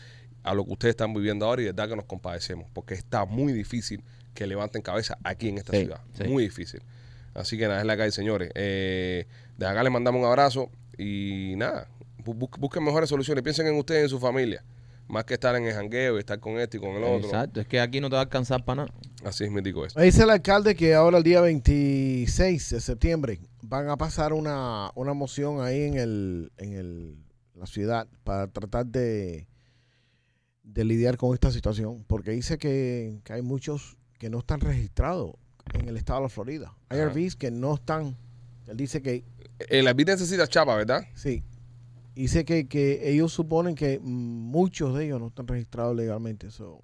[SPEAKER 1] a lo que ustedes están viviendo ahora y de verdad que nos compadecemos porque está muy difícil que levanten cabeza aquí en esta
[SPEAKER 2] Sí,
[SPEAKER 1] ciudad,
[SPEAKER 2] sí.
[SPEAKER 1] muy difícil. Así que nada, es la calle, señores. Eh, de acá les mandamos un abrazo. Y nada, bu- bu- busquen mejores soluciones. Piensen en ustedes, en su familia. Más que estar en el jangueo y estar con este y con el otro.
[SPEAKER 2] Exacto, es que aquí no te va a alcanzar para nada.
[SPEAKER 1] Así es, me digo esto.
[SPEAKER 3] Me dice el alcalde que ahora el día 26 de septiembre van a pasar una, una moción ahí en, el, en el, la ciudad para tratar de, de lidiar con esta situación, porque dice que, que hay muchos que no están registrados en el estado de la Florida. Hay
[SPEAKER 1] Ajá.
[SPEAKER 3] RVs que no están. Él dice que
[SPEAKER 1] El arbitrio necesita chapa, ¿verdad?
[SPEAKER 3] sí. Dice que, que ellos suponen que muchos de ellos no están registrados legalmente. So,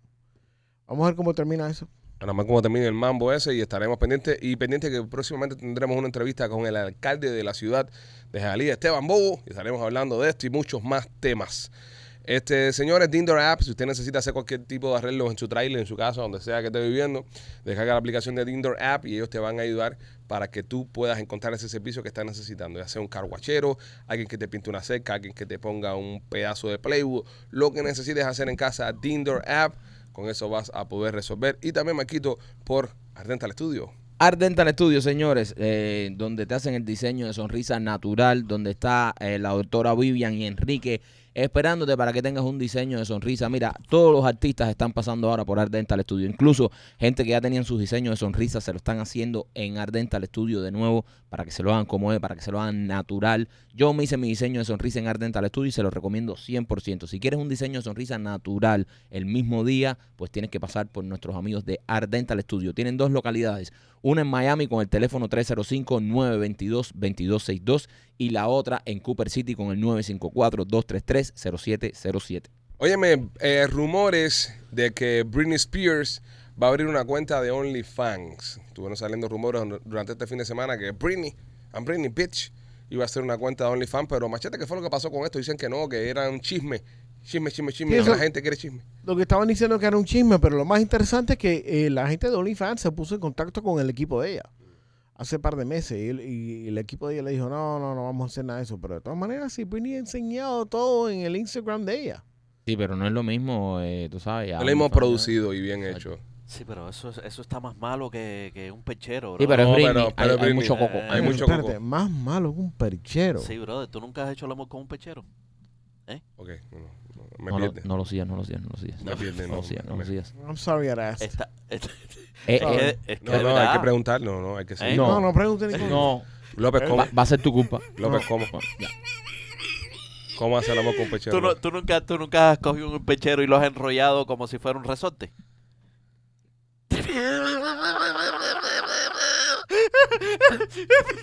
[SPEAKER 3] vamos a ver cómo termina eso.
[SPEAKER 1] Nada más como termine el mambo ese y estaremos pendientes. Y pendientes que próximamente tendremos una entrevista con el alcalde de la ciudad de Jalía, Esteban Bobo. Y estaremos hablando de esto y muchos más temas. Este, señores, de Indoor App, si usted necesita hacer cualquier tipo de arreglos en su trailer, en su casa, donde sea que esté viviendo, descarga la aplicación de Indoor App y ellos te van a ayudar para que tú puedas encontrar ese servicio que estás necesitando. Ya sea un carguachero, alguien que te pinte una cerca, alguien que te ponga un pedazo de playwood, lo que necesites hacer en casa, Indoor App. Con eso vas a poder resolver. Y también me quito por Ardenta al Estudio.
[SPEAKER 2] Ardental Studio, señores, eh, donde te hacen el diseño de sonrisa natural, donde está eh, la doctora Vivian y Enrique esperándote para que tengas un diseño de sonrisa. Mira, todos los artistas están pasando ahora por Ardental Studio, incluso gente que ya tenían sus diseños de sonrisa se lo están haciendo en Ardental Studio de nuevo para que se lo hagan como es, para que se lo hagan natural. Yo me hice mi diseño de sonrisa en Ardental Studio y se lo recomiendo 100%. Si quieres un diseño de sonrisa natural el mismo día, pues tienes que pasar por nuestros amigos de Ardental Studio. Tienen dos localidades, una en Miami con el teléfono 305-922-2262 y la otra en Cooper City con el 954-233-0707.
[SPEAKER 1] Óyeme, eh, rumores de que Britney Spears va a abrir una cuenta de OnlyFans. Estuvieron saliendo rumores dur- durante este fin de semana que Britney, I'm Britney Bitch, iba a hacer una cuenta de OnlyFans. Pero machete, ¿qué fue lo que pasó con esto? Dicen que no, que era un chisme. Chisme, chisme, chisme.
[SPEAKER 3] Sí, eso-
[SPEAKER 1] La gente quiere chisme.
[SPEAKER 3] Lo que estaban diciendo que era un chisme, pero lo más interesante es que eh, la gente de OnlyFans se puso en contacto con el equipo de ella hace par de meses y, el- y el equipo de ella le dijo, no, no, no vamos a hacer nada de eso, pero de todas maneras sí Britney ha enseñado todo en el Instagram de ella.
[SPEAKER 2] Sí, pero no es lo mismo, eh, tú sabes.
[SPEAKER 1] Lo
[SPEAKER 2] ya
[SPEAKER 1] hemos
[SPEAKER 2] OnlyFans, ¿no?
[SPEAKER 1] producido y bien
[SPEAKER 2] Exacto.
[SPEAKER 1] hecho.
[SPEAKER 4] Sí, pero eso, es- eso está más malo que, que un perchero, bro.
[SPEAKER 2] Sí, pero es
[SPEAKER 1] No,
[SPEAKER 2] Britney,
[SPEAKER 1] pero-
[SPEAKER 2] hay-
[SPEAKER 1] pero
[SPEAKER 2] hay,
[SPEAKER 1] Britney.
[SPEAKER 2] mucho coco.
[SPEAKER 4] Eh,
[SPEAKER 1] Hay
[SPEAKER 3] Pero
[SPEAKER 1] mucho
[SPEAKER 3] espérate,
[SPEAKER 1] coco.
[SPEAKER 3] más malo que un perchero.
[SPEAKER 4] Sí, brother, tú nunca has hecho el amor con un pechero.
[SPEAKER 1] Ok, no, no, no, me
[SPEAKER 2] No, lo-
[SPEAKER 1] pierde.
[SPEAKER 2] no lo sigas, no lo sigas, no lo sigas.
[SPEAKER 1] Me pierde,
[SPEAKER 2] No
[SPEAKER 1] no,
[SPEAKER 2] lo sigas, no
[SPEAKER 1] no
[SPEAKER 2] lo
[SPEAKER 1] me-
[SPEAKER 2] sigas.
[SPEAKER 3] I'm sorry I asked.
[SPEAKER 4] Está, es-
[SPEAKER 2] Eh, eh,
[SPEAKER 4] es que- es que
[SPEAKER 1] No,
[SPEAKER 4] de
[SPEAKER 1] no, hay que
[SPEAKER 4] verdad.
[SPEAKER 1] preguntar. No, no, hay que seguir.
[SPEAKER 3] no,
[SPEAKER 2] no.
[SPEAKER 3] no pregunten. ni
[SPEAKER 2] no,
[SPEAKER 3] cómo.
[SPEAKER 1] López, ¿cómo,
[SPEAKER 2] va, va a ser tu culpa.
[SPEAKER 1] López, ¿cómo,
[SPEAKER 2] Ya.
[SPEAKER 1] cómo hace el amor con
[SPEAKER 4] ¿Tú,
[SPEAKER 1] Pechero?
[SPEAKER 4] no- tú nunca, tú nunca has cogido un pechero y lo has enrollado como si fuera un resorte.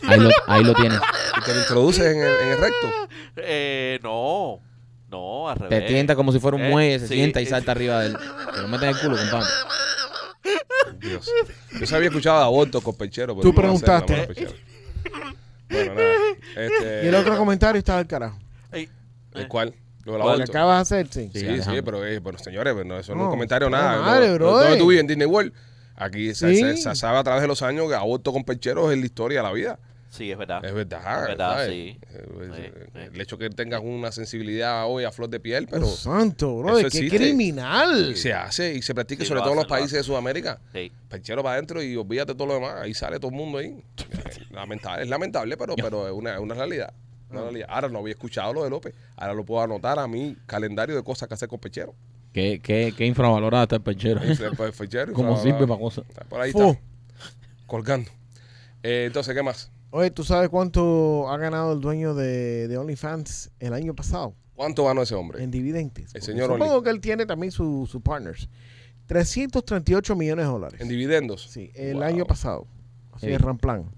[SPEAKER 2] Ahí lo, ahí lo tienes.
[SPEAKER 1] ¿Y te lo introduces en el, en el recto?
[SPEAKER 4] Eh, no, no, al revés.
[SPEAKER 2] Te tienta como si fuera un
[SPEAKER 4] Eh,
[SPEAKER 2] muelle, se
[SPEAKER 4] sí,
[SPEAKER 2] sienta y
[SPEAKER 4] eh,
[SPEAKER 2] salta arriba de él. Te lo mete en el culo, compadre.
[SPEAKER 1] Dios. Yo se había escuchado de aborto con pechero. pero
[SPEAKER 3] Tú
[SPEAKER 1] no hacer
[SPEAKER 3] preguntaste.
[SPEAKER 1] nada más con pechero. Bueno, nada. Este,
[SPEAKER 3] Y el otro comentario está del carajo.
[SPEAKER 4] Ey,
[SPEAKER 1] ¿el cuál? Lo del
[SPEAKER 3] Lo que
[SPEAKER 1] aborto.
[SPEAKER 3] acabas de hacer, sí.
[SPEAKER 1] Sí,
[SPEAKER 2] Sí,
[SPEAKER 1] sí,
[SPEAKER 2] Alejandro.
[SPEAKER 1] pero, eh, pero señores, pero no, eso no es
[SPEAKER 3] No,
[SPEAKER 1] un comentario
[SPEAKER 3] no,
[SPEAKER 1] nada.
[SPEAKER 3] madre,
[SPEAKER 1] no,
[SPEAKER 3] brother.
[SPEAKER 1] ¿Dónde tú vives? En Disney World. Aquí se,
[SPEAKER 3] Sí.
[SPEAKER 1] se- se sabe a través de los años que aborto con pechero es la historia de la vida.
[SPEAKER 4] sí, es verdad.
[SPEAKER 1] Es verdad.
[SPEAKER 4] Es verdad,
[SPEAKER 1] ¿sabes?
[SPEAKER 4] sí.
[SPEAKER 1] Eh, eh,
[SPEAKER 4] Sí, sí.
[SPEAKER 1] El hecho que tengas una sensibilidad hoy a flor de piel, pero
[SPEAKER 3] Pero santo, bro, qué
[SPEAKER 1] eso existe.
[SPEAKER 3] criminal.
[SPEAKER 1] se hace y se practica
[SPEAKER 4] Sí,
[SPEAKER 1] sobre
[SPEAKER 4] lo
[SPEAKER 1] todo en los
[SPEAKER 4] hacen, lo
[SPEAKER 1] países de Sudamérica.
[SPEAKER 4] Sí.
[SPEAKER 1] Pechero para adentro y olvídate todo lo demás. Ahí sale todo el mundo ahí. Eh, lamentable, es lamentable, pero, pero es una, una realidad. Una realidad. Ahora no había escuchado lo de López. Ahora lo puedo anotar a mi calendario de cosas que hacer con Pechero.
[SPEAKER 2] Qué, qué, qué infravalorada está el pechero.
[SPEAKER 1] Ahí se fue Pechero y
[SPEAKER 2] Como
[SPEAKER 1] fue-
[SPEAKER 2] sirve para cosas.
[SPEAKER 1] Por ahí
[SPEAKER 3] Fu.
[SPEAKER 1] está. Colgando. Eh, entonces, ¿qué más?
[SPEAKER 3] Oye, ¿tú sabes cuánto ha ganado el dueño de, de OnlyFans el año pasado?
[SPEAKER 1] ¿Cuánto ganó ese hombre?
[SPEAKER 3] en dividentes.
[SPEAKER 1] El
[SPEAKER 3] Porque
[SPEAKER 1] señor
[SPEAKER 3] Supongo que él tiene también sus su partners. 338 millones de dólares.
[SPEAKER 1] En dividendos.
[SPEAKER 3] sí, el
[SPEAKER 1] Wow.
[SPEAKER 3] año pasado. Así
[SPEAKER 2] Sí.
[SPEAKER 3] es, Ramplan.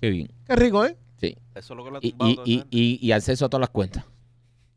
[SPEAKER 2] Qué bien.
[SPEAKER 3] Qué rico, ¿eh?
[SPEAKER 2] Sí.
[SPEAKER 4] Eso es lo que lo ha
[SPEAKER 2] Y,
[SPEAKER 4] tumbado
[SPEAKER 2] y,
[SPEAKER 4] todo
[SPEAKER 2] y,
[SPEAKER 4] el mundo.
[SPEAKER 2] y, y acceso a todas las cuentas.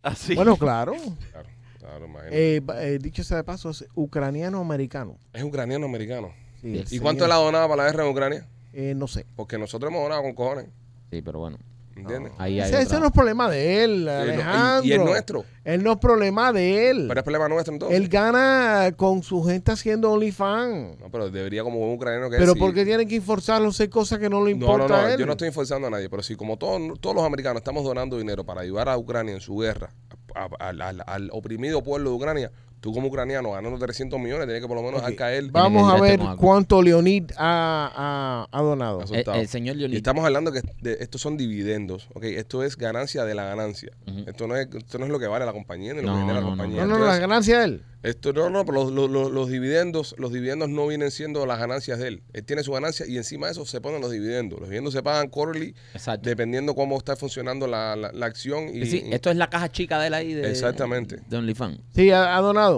[SPEAKER 4] Ah, sí.
[SPEAKER 3] Bueno, claro.
[SPEAKER 1] Claro, claro, imagino.
[SPEAKER 3] Eh, ba- eh, dicho sea de paso, es ucraniano-americano.
[SPEAKER 1] es ucraniano americano.
[SPEAKER 3] Sí, el
[SPEAKER 1] ¿Y cuánto
[SPEAKER 3] señor.
[SPEAKER 1] él ha donado para la guerra en Ucrania?
[SPEAKER 3] Eh, no sé.
[SPEAKER 1] Porque nosotros hemos donado con cojones.
[SPEAKER 2] Sí, pero bueno.
[SPEAKER 1] ¿Entiendes?
[SPEAKER 2] Ahí hay
[SPEAKER 3] Ese, ese
[SPEAKER 2] otra.
[SPEAKER 3] no es problema de él,
[SPEAKER 1] Y el- y-
[SPEAKER 3] Alejandro.
[SPEAKER 1] y el nuestro.
[SPEAKER 3] Él no es problema de él.
[SPEAKER 1] Pero es problema nuestro entonces.
[SPEAKER 3] él gana con su gente haciendo OnlyFans.
[SPEAKER 1] No, pero debería como un ucraniano que es,
[SPEAKER 3] Pero
[SPEAKER 1] si-
[SPEAKER 3] porque tienen que inforzarlo, hacer cosas que no le
[SPEAKER 1] No, no,
[SPEAKER 3] importa
[SPEAKER 1] no,
[SPEAKER 3] a él.
[SPEAKER 1] yo no estoy forzando a nadie, pero si como todos, todos los americanos estamos donando dinero para ayudar a Ucrania en su guerra, a- a- al- al- al oprimido pueblo de Ucrania, Tú como ucraniano ganando 300 millones, tienes que por lo menos dejar
[SPEAKER 3] Ok,
[SPEAKER 1] caer.
[SPEAKER 3] Vamos
[SPEAKER 2] en
[SPEAKER 3] a
[SPEAKER 2] el
[SPEAKER 3] ver
[SPEAKER 2] resto con algo.
[SPEAKER 3] cuánto Leonid ha, ha- ha donado.
[SPEAKER 1] Eso.
[SPEAKER 2] El,
[SPEAKER 1] Resultado.
[SPEAKER 2] el señor
[SPEAKER 1] Y
[SPEAKER 2] Leonid.
[SPEAKER 1] estamos hablando que de- estos son dividendos, ¿ok? Esto es ganancia de la ganancia.
[SPEAKER 2] Ujú.
[SPEAKER 1] Esto no es esto no es lo que vale la compañía ni lo
[SPEAKER 2] No,
[SPEAKER 1] que genera la
[SPEAKER 2] no, no,
[SPEAKER 1] compañía.
[SPEAKER 3] No, no,
[SPEAKER 1] Esto
[SPEAKER 3] las
[SPEAKER 1] es-
[SPEAKER 3] ganancias de él.
[SPEAKER 1] Esto no, no, pero los, los- los- los dividendos, los dividendos no vienen siendo las ganancias de él. Él tiene su ganancia y encima de eso se ponen los dividendos. Los dividendos se pagan quarterly
[SPEAKER 2] Exacto.
[SPEAKER 1] dependiendo cómo está funcionando la, la- la acción y,
[SPEAKER 2] Sí, sí,
[SPEAKER 1] y-
[SPEAKER 2] esto es la caja chica de él ahí. De,
[SPEAKER 1] Exactamente.
[SPEAKER 2] De OnlyFans.
[SPEAKER 3] Sí, ha, ha donado.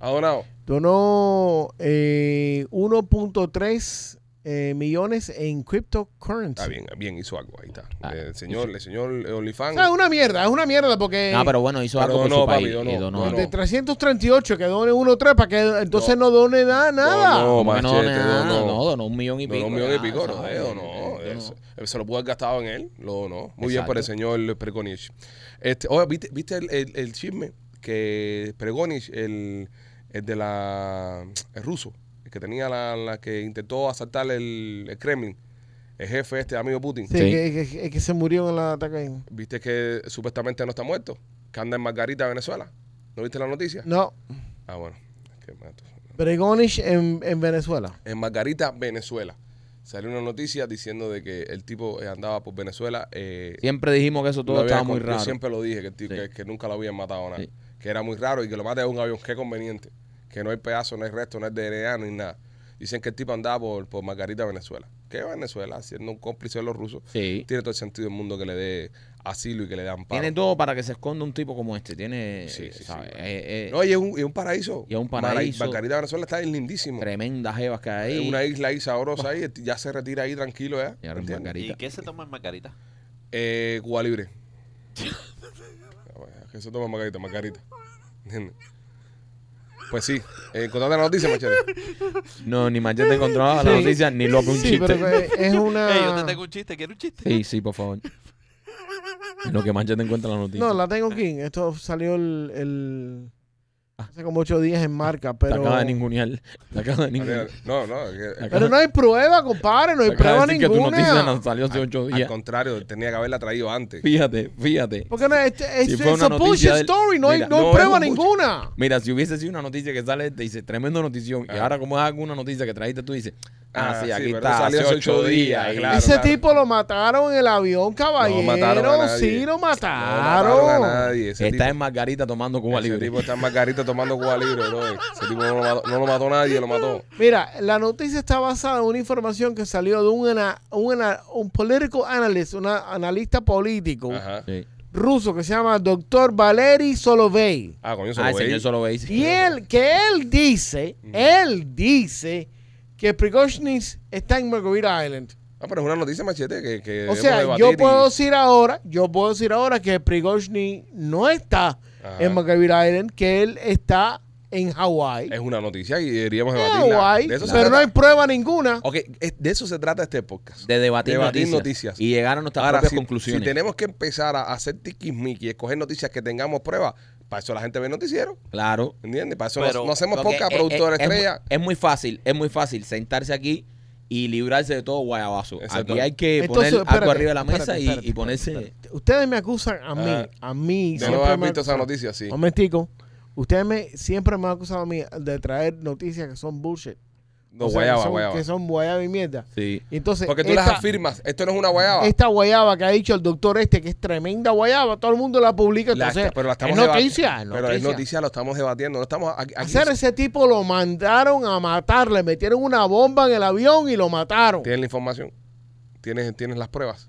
[SPEAKER 1] ha donado.
[SPEAKER 3] Donó eh, 1.3 eh, millones en cryptocurrency.
[SPEAKER 1] Está bien, bien hizo algo, ahí está.
[SPEAKER 2] Ah,
[SPEAKER 1] el señor, el señor OnlyFans.
[SPEAKER 3] O sea, es una mierda, es una mierda porque
[SPEAKER 2] Ah, pero bueno, hizo
[SPEAKER 1] Eh, pero
[SPEAKER 2] algo por
[SPEAKER 1] no,
[SPEAKER 2] su
[SPEAKER 1] papi,
[SPEAKER 2] país.
[SPEAKER 1] yo no,
[SPEAKER 2] y donó
[SPEAKER 1] yo
[SPEAKER 2] algo.
[SPEAKER 3] de 338 que done 1.3 para que entonces no, done nada, nada.
[SPEAKER 1] No,
[SPEAKER 2] Como que no,
[SPEAKER 1] machete,
[SPEAKER 2] nada,
[SPEAKER 1] donó.
[SPEAKER 2] no, ah, donó un millón y pico. Ah,
[SPEAKER 1] No, un millón y
[SPEAKER 2] ya,
[SPEAKER 1] pico, no,
[SPEAKER 2] ¿sabes?
[SPEAKER 1] eh, o no,
[SPEAKER 2] Eh,
[SPEAKER 1] eso- Se lo pudo haber gastado en él, lo no. Muy bien
[SPEAKER 2] Exacto.
[SPEAKER 1] por el señor Pregonich. Este, oye, ¿viste, viste el, el- el chisme que Pregonich, el, el de la. el ruso, el que tenía la, la que intentó asaltar el, el Kremlin, el jefe este, amigo Putin,
[SPEAKER 3] Sí,
[SPEAKER 2] Sí.
[SPEAKER 3] Que, que- que se murió en la ataque. ahí.
[SPEAKER 1] viste que supuestamente no está muerto, que anda en Margarita, Venezuela. ¿No viste la noticia?
[SPEAKER 3] No,
[SPEAKER 1] Ah, bueno. Qué mato.
[SPEAKER 3] Bregonish en, en Venezuela.
[SPEAKER 1] en Margarita, Venezuela. Salió una noticia diciendo de que el tipo eh, andaba por Venezuela. eh,
[SPEAKER 2] Siempre dijimos que eso
[SPEAKER 1] lo
[SPEAKER 2] todo
[SPEAKER 1] había
[SPEAKER 2] estaba muy
[SPEAKER 1] con-
[SPEAKER 2] raro.
[SPEAKER 1] Yo siempre lo dije, que, el tipo-
[SPEAKER 2] Sí.
[SPEAKER 1] que, que nunca lo habían matado a nadie.
[SPEAKER 2] Sí.
[SPEAKER 1] Que era muy raro y que lo mate a un avión. Qué conveniente. Que no hay pedazo, no hay resto, no hay DNA, no hay nada. Dicen que el tipo andaba por, por Margarita, Venezuela. ¿Qué Venezuela? Siendo un cómplice de los rusos.
[SPEAKER 2] Sí.
[SPEAKER 1] Tiene todo el sentido del mundo que le dé asilo y que le dé amparo.
[SPEAKER 2] Tiene todo para que se esconda un tipo como este. Tiene,
[SPEAKER 1] Sí,
[SPEAKER 2] eh,
[SPEAKER 1] sí, sí,
[SPEAKER 2] ¿sabes?
[SPEAKER 1] bueno.
[SPEAKER 2] Eh, eh,
[SPEAKER 1] No, y es un, y es un paraíso.
[SPEAKER 2] Y es un
[SPEAKER 1] Mara-
[SPEAKER 2] paraíso.
[SPEAKER 1] Margarita, Venezuela está ahí lindísimo.
[SPEAKER 2] tremendas jevas que hay.
[SPEAKER 1] Es
[SPEAKER 2] ahí.
[SPEAKER 1] una isla ahí sabrosa ahí. este, Ya se retira ahí tranquilo, ¿eh?
[SPEAKER 2] Y ahora en
[SPEAKER 1] ¿Entiendes?
[SPEAKER 2] Margarita.
[SPEAKER 4] ¿Y qué se toma en Margarita?
[SPEAKER 1] Eh, Cuba Libre. Que se toma Margarita, Margarita. ¿Entiendes? Pues sí, eh, contate la noticia, machete.
[SPEAKER 2] No, ni Machete encontraba la
[SPEAKER 3] Sí.
[SPEAKER 2] noticia ni lo que un
[SPEAKER 3] Sí,
[SPEAKER 2] chiste.
[SPEAKER 3] pero que es una.
[SPEAKER 4] Ey, yo te tengo un chiste, ¿quieres un chiste?
[SPEAKER 2] Ah. Sí, sí, por favor. En lo que Machete encuentra la noticia.
[SPEAKER 3] No, la tengo aquí. Esto salió el, el- hace como ocho días en marca,
[SPEAKER 2] La
[SPEAKER 3] pero.
[SPEAKER 2] acaba de ningunear. La acaba de ningunear.
[SPEAKER 1] No, no, que- eh,
[SPEAKER 2] Acá-
[SPEAKER 3] Pero no hay prueba, compadre. No hay
[SPEAKER 2] Te acaba
[SPEAKER 3] prueba
[SPEAKER 2] de decir que tu noticia
[SPEAKER 3] ninguna.
[SPEAKER 2] no salió hace ocho
[SPEAKER 1] al
[SPEAKER 2] días.
[SPEAKER 1] contrario, tenía que haberla traído antes.
[SPEAKER 2] Fíjate, fíjate.
[SPEAKER 3] Porque no, este, es
[SPEAKER 2] Si fue
[SPEAKER 3] it's
[SPEAKER 2] una
[SPEAKER 3] a
[SPEAKER 2] noticia
[SPEAKER 3] bullshit
[SPEAKER 2] del-
[SPEAKER 3] story. No hay,
[SPEAKER 2] Mira,
[SPEAKER 3] no hay
[SPEAKER 1] no, es
[SPEAKER 3] prueba
[SPEAKER 1] un bullshit.
[SPEAKER 3] ninguna.
[SPEAKER 2] Mira, si hubiese sido una noticia que sale, te dice tremendo notición. Y
[SPEAKER 1] Ah.
[SPEAKER 2] ahora, como es alguna noticia que trajiste, tú dices, ah,
[SPEAKER 1] Ah,
[SPEAKER 2] sí,
[SPEAKER 1] sí,
[SPEAKER 2] aquí
[SPEAKER 1] pero no
[SPEAKER 2] está,
[SPEAKER 1] salió
[SPEAKER 2] hace ocho días.
[SPEAKER 1] claro,
[SPEAKER 3] Ese
[SPEAKER 1] claro.
[SPEAKER 3] tipo lo mataron en el avión, caballero.
[SPEAKER 1] mataron a nadie.
[SPEAKER 3] sí, lo
[SPEAKER 1] No
[SPEAKER 3] mataron.
[SPEAKER 1] mataron a nadie. Ese
[SPEAKER 2] Está
[SPEAKER 1] tipo,
[SPEAKER 2] en Margarita tomando Cuba
[SPEAKER 1] ese
[SPEAKER 2] Libre.
[SPEAKER 1] tipo está en Margarita tomando Cuba Libre, bro. Ese tipo no lo mató, no lo mató nadie, lo mató.
[SPEAKER 3] Mira, la noticia está basada en una información que salió de un, ana- un ana- un political analyst, un analista político
[SPEAKER 1] Ajá.
[SPEAKER 2] Sí.
[SPEAKER 3] ruso que se llama doctor Valery Solovey.
[SPEAKER 1] Ah, coño, eso
[SPEAKER 2] Ah,
[SPEAKER 1] lo
[SPEAKER 2] el señor
[SPEAKER 1] veí.
[SPEAKER 2] solo ve y dice,
[SPEAKER 3] Y él, que él dice, él dice que Prigozhin está en Margarita Island.
[SPEAKER 1] Ah, pero es una noticia, machete, que, que
[SPEAKER 3] O
[SPEAKER 1] debemos
[SPEAKER 3] sea,
[SPEAKER 1] debatir
[SPEAKER 3] yo
[SPEAKER 1] y-
[SPEAKER 3] puedo decir ahora, yo puedo decir ahora que Prigozhin no está
[SPEAKER 1] Ajá.
[SPEAKER 3] en Margarita Island, que él está en Hawái.
[SPEAKER 1] Es una noticia y deberíamos
[SPEAKER 3] En
[SPEAKER 1] debatirla.
[SPEAKER 3] Hawái,
[SPEAKER 1] De eso se
[SPEAKER 3] Ah, pero no
[SPEAKER 1] trata-
[SPEAKER 3] hay prueba ninguna.
[SPEAKER 1] Ok, es- de eso se trata este podcast.
[SPEAKER 2] de debatir,
[SPEAKER 1] Debatir
[SPEAKER 2] noticias,
[SPEAKER 1] noticias.
[SPEAKER 2] Y llegar a nuestras
[SPEAKER 1] Ahora,
[SPEAKER 2] propias
[SPEAKER 1] si,
[SPEAKER 2] conclusiones.
[SPEAKER 1] si tenemos que empezar a hacer tiquismiqui y escoger noticias que tengamos pruebas, para eso la gente ve noticiero,
[SPEAKER 2] Claro.
[SPEAKER 1] ¿entiendes? Para eso
[SPEAKER 4] Pero-
[SPEAKER 1] no, no hacemos
[SPEAKER 2] Porque
[SPEAKER 1] poca
[SPEAKER 2] es-
[SPEAKER 1] productora
[SPEAKER 2] eh, es- es
[SPEAKER 1] estrella.
[SPEAKER 2] muy- Es, muy fácil, es muy fácil sentarse aquí y librarse de todo guayabazo.
[SPEAKER 1] Exacto.
[SPEAKER 2] Aquí hay que
[SPEAKER 3] Entonces,
[SPEAKER 2] poner
[SPEAKER 3] espérate,
[SPEAKER 2] algo arriba de la mesa
[SPEAKER 3] espérate,
[SPEAKER 2] y-
[SPEAKER 3] espérate,
[SPEAKER 2] y, ponerse.
[SPEAKER 3] espérate. Ustedes me acusan a mí,
[SPEAKER 1] Ah,
[SPEAKER 3] a
[SPEAKER 1] de
[SPEAKER 3] mí.
[SPEAKER 1] no
[SPEAKER 3] siempre
[SPEAKER 1] haber
[SPEAKER 3] me
[SPEAKER 1] visto esa
[SPEAKER 3] acusan-
[SPEAKER 1] noticia, sí.
[SPEAKER 3] Momentico. Ustedes me, siempre me han acusado a mí de traer noticias que son bullshit.
[SPEAKER 1] No,
[SPEAKER 3] O sea,
[SPEAKER 1] guayaba,
[SPEAKER 3] que son,
[SPEAKER 1] guayaba.
[SPEAKER 3] Que son guayaba y mierda.
[SPEAKER 2] Sí.
[SPEAKER 3] Y Entonces,
[SPEAKER 1] Porque tú
[SPEAKER 3] esta,
[SPEAKER 1] las afirmas, esto no es una guayaba.
[SPEAKER 3] esta guayaba que ha dicho el doctor este, que es tremenda guayaba, todo el mundo la publica.
[SPEAKER 1] La-
[SPEAKER 3] Entonces,
[SPEAKER 1] pero la estamos
[SPEAKER 3] es
[SPEAKER 1] debati-
[SPEAKER 3] noticia, es
[SPEAKER 1] Pero es
[SPEAKER 3] noticia.
[SPEAKER 1] noticia, lo estamos debatiendo. No estamos aquí, aquí-
[SPEAKER 3] Hacer ese tipo lo mandaron a matar, le metieron una bomba en el avión y lo mataron.
[SPEAKER 1] Tienes la información, tienes, tienes las pruebas.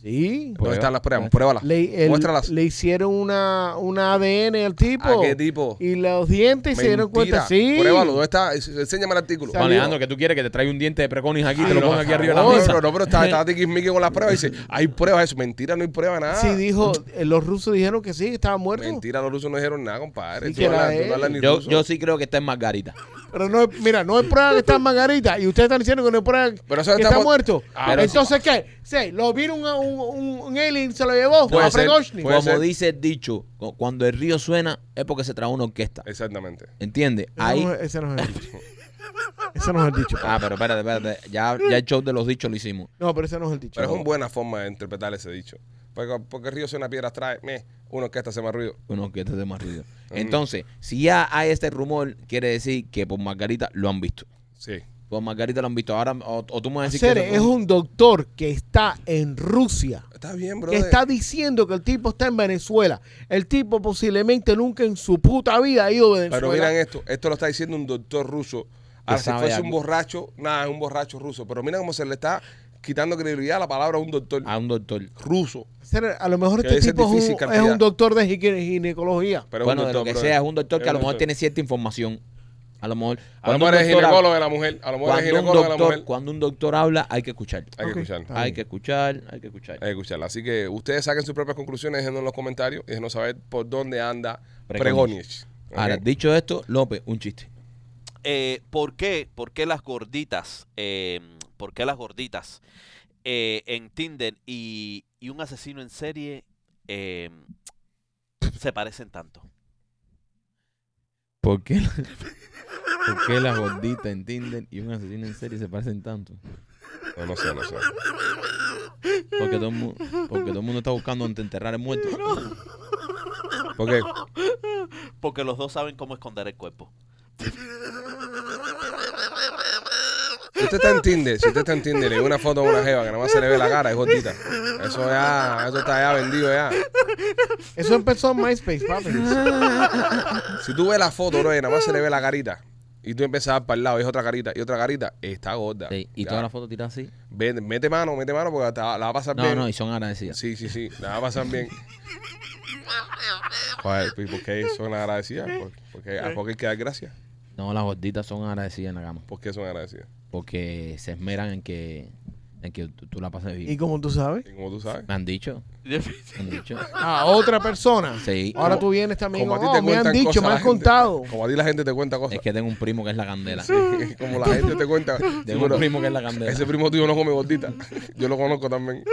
[SPEAKER 3] Sí.
[SPEAKER 1] ¿Dónde
[SPEAKER 2] Prueba.
[SPEAKER 1] están las pruebas? Pruébalas.
[SPEAKER 3] Le, el-
[SPEAKER 1] Muéstralas.
[SPEAKER 3] le hicieron una, una ADN al tipo.
[SPEAKER 1] ¿A qué tipo?
[SPEAKER 3] Y los dientes y se dieron cuenta.
[SPEAKER 1] Mentira.
[SPEAKER 3] Sí.
[SPEAKER 1] Pruébalo, ¿dónde está? Es- Enséñame el artículo.
[SPEAKER 3] Salió.
[SPEAKER 2] Juan Alejandro, que tú quieres que te traiga un diente de preconis aquí y te
[SPEAKER 1] Ay,
[SPEAKER 2] lo
[SPEAKER 1] no,
[SPEAKER 2] ponga
[SPEAKER 1] por
[SPEAKER 2] aquí arriba de la
[SPEAKER 1] favor,
[SPEAKER 2] mesa.
[SPEAKER 1] No, no, pero está, está tiquismiqui con las pruebas y dice, hay pruebas eso. Mentira, no hay prueba nada.
[SPEAKER 3] Sí, dijo, eh, los rusos dijeron que sí, que estaba muerto.
[SPEAKER 1] Mentira, los rusos no dijeron nada, compadre.
[SPEAKER 3] Sí,
[SPEAKER 1] Tú
[SPEAKER 3] que
[SPEAKER 1] no
[SPEAKER 3] era
[SPEAKER 1] hablas- tú no
[SPEAKER 3] él.
[SPEAKER 1] hablas ni
[SPEAKER 2] Yo,
[SPEAKER 1] ruso.
[SPEAKER 2] yo sí creo que está en Margarita.
[SPEAKER 3] Pero no, hay- mira, no hay prueba que está en Margarita y ustedes están diciendo que no hay prueba
[SPEAKER 1] Pero
[SPEAKER 3] que
[SPEAKER 1] eso
[SPEAKER 3] está
[SPEAKER 1] estamos-
[SPEAKER 3] muerto.
[SPEAKER 1] Ah, pero-
[SPEAKER 3] Entonces, ¿qué? Sí, lo vino un, un, un- un alien y se lo llevó
[SPEAKER 1] Puede
[SPEAKER 3] a
[SPEAKER 1] ser,
[SPEAKER 3] Fregoshny.
[SPEAKER 1] puede-
[SPEAKER 2] Como
[SPEAKER 1] ser.
[SPEAKER 2] dice el dicho, cu- cuando el río suena es porque se trajo una orquesta.
[SPEAKER 1] Exactamente.
[SPEAKER 2] ¿Entiendes?
[SPEAKER 3] Ese
[SPEAKER 2] Ahí.
[SPEAKER 3] no es- Ese no es el dicho. ese no es el dicho.
[SPEAKER 2] Ah, pero espérate, espérate. Ya, ya el show de los dichos lo hicimos.
[SPEAKER 3] No, pero ese no es el dicho.
[SPEAKER 1] Pero es una buena forma de interpretar ese dicho. Porque, porque Río una piedra trae, me, una orquesta se me ruido.
[SPEAKER 2] Bueno, que este tema ruido.
[SPEAKER 1] Mm.
[SPEAKER 2] Entonces, si ya hay este rumor, quiere decir que por Margarita lo han visto.
[SPEAKER 1] Sí.
[SPEAKER 2] Por Margarita lo han visto. Ahora, o, o tú me vas a decir
[SPEAKER 3] Hacer
[SPEAKER 2] que eso-
[SPEAKER 3] es un doctor que está en Rusia,
[SPEAKER 1] Está bien, bro.
[SPEAKER 3] que está diciendo que el tipo está en Venezuela. El tipo posiblemente nunca en su puta vida ha ido a Venezuela.
[SPEAKER 1] Pero miran esto, esto lo está diciendo un doctor ruso. Ahora, si
[SPEAKER 2] sabe
[SPEAKER 1] fuese
[SPEAKER 2] algo.
[SPEAKER 1] un borracho, nada, es un borracho ruso. Pero mira cómo se le está quitando credibilidad a la palabra a un doctor
[SPEAKER 2] a un doctor.
[SPEAKER 1] ruso.
[SPEAKER 3] Hacer- a lo mejor
[SPEAKER 1] Que
[SPEAKER 3] este
[SPEAKER 1] ese es
[SPEAKER 3] tipo es
[SPEAKER 1] difícil
[SPEAKER 3] un,
[SPEAKER 1] cantidad.
[SPEAKER 3] es un doctor de gine- ginecología.
[SPEAKER 1] Pero es un
[SPEAKER 2] bueno, de lo
[SPEAKER 1] doctor,
[SPEAKER 2] que
[SPEAKER 1] bro.
[SPEAKER 2] sea, es un doctor que a lo
[SPEAKER 1] Es un
[SPEAKER 2] mejor tiene cierta información. A lo mejor.
[SPEAKER 1] A lo
[SPEAKER 2] cuando un
[SPEAKER 1] mejor es
[SPEAKER 2] doctor habla-
[SPEAKER 1] ginecólogo de la mujer. A lo mejor es
[SPEAKER 2] cuando un
[SPEAKER 1] ginecólogo de la
[SPEAKER 2] doctor,
[SPEAKER 1] mujer.
[SPEAKER 2] cuando un doctor habla, hay que escuchar.
[SPEAKER 1] Hay
[SPEAKER 3] Ok.
[SPEAKER 1] que Eh, escucharlo.
[SPEAKER 3] Ah.
[SPEAKER 2] Hay que escuchar, hay que escuchar.
[SPEAKER 1] Hay que escucharlo. Así que ustedes saquen sus propias conclusiones, déjenos en los comentarios y déjenos saber por dónde anda
[SPEAKER 2] Pregonic.
[SPEAKER 1] Pregonic.
[SPEAKER 2] Ahora,
[SPEAKER 1] Ok.
[SPEAKER 2] dicho esto, López, un chiste.
[SPEAKER 4] Eh, ¿por, qué, ¿Por qué las gorditas? eh, ¿Por qué las gorditas eh, en Tinder y, y un asesino en serie eh, se parecen tanto?
[SPEAKER 2] ¿Por qué, la- ¿Por qué las gorditas en Tinder y un asesino en serie se parecen tanto?
[SPEAKER 1] No, no sé, no sé.
[SPEAKER 2] Porque todo el, mu- porque todo el mundo está buscando donde enterrar el muerto.
[SPEAKER 1] Porque
[SPEAKER 4] Porque los dos saben cómo esconder el cuerpo.
[SPEAKER 1] si usted está en Tinder, si usted está en Tinder y hay una foto de una jeva que nada más se le ve la cara, es gordita. Eso ya, eso está ya vendido ya.
[SPEAKER 3] Eso empezó en MySpace, papi.
[SPEAKER 1] Si tú ves la foto, bro, y nada más se le ve la carita. Y tú empiezas a dar para el lado, y es otra carita, y otra carita, está gorda.
[SPEAKER 2] Sí, y
[SPEAKER 1] Ya.
[SPEAKER 2] todas las fotos tiradas así.
[SPEAKER 1] Ve- mete mano, mete mano, porque te va- la va a pasar
[SPEAKER 2] No,
[SPEAKER 1] bien.
[SPEAKER 2] no, y son agradecidas.
[SPEAKER 1] Sí, sí, sí, la va a pasar bien. Joder, ¿y ¿por qué son agradecidas? ¿Por, por qué, ¿A por qué hay que dar gracias?
[SPEAKER 2] No, las gorditas son agradecidas en la cama.
[SPEAKER 1] ¿Por qué son agradecidas?
[SPEAKER 2] Porque se esmeran en que, en que tú, tú la pases
[SPEAKER 3] ¿Y
[SPEAKER 2] bien.
[SPEAKER 3] como tú sabes?
[SPEAKER 1] Y como tú sabes.
[SPEAKER 2] Me han dicho, me han dicho.
[SPEAKER 3] A otra persona.
[SPEAKER 2] Sí.
[SPEAKER 3] Ahora tú vienes también.
[SPEAKER 1] Como a ti
[SPEAKER 3] "Oh,
[SPEAKER 1] te
[SPEAKER 3] me han
[SPEAKER 1] cuentan
[SPEAKER 3] dicho,
[SPEAKER 1] cosas
[SPEAKER 3] me
[SPEAKER 1] la
[SPEAKER 3] han
[SPEAKER 1] gente.
[SPEAKER 3] contado.
[SPEAKER 1] Como a ti la gente te cuenta cosas.
[SPEAKER 2] Es que tengo un primo que es la candela.
[SPEAKER 1] Como la gente te cuenta.
[SPEAKER 2] Tengo
[SPEAKER 1] Seguro,
[SPEAKER 2] un primo que es la candela.
[SPEAKER 1] ese primo tuyo no come gordita. Yo lo conozco también.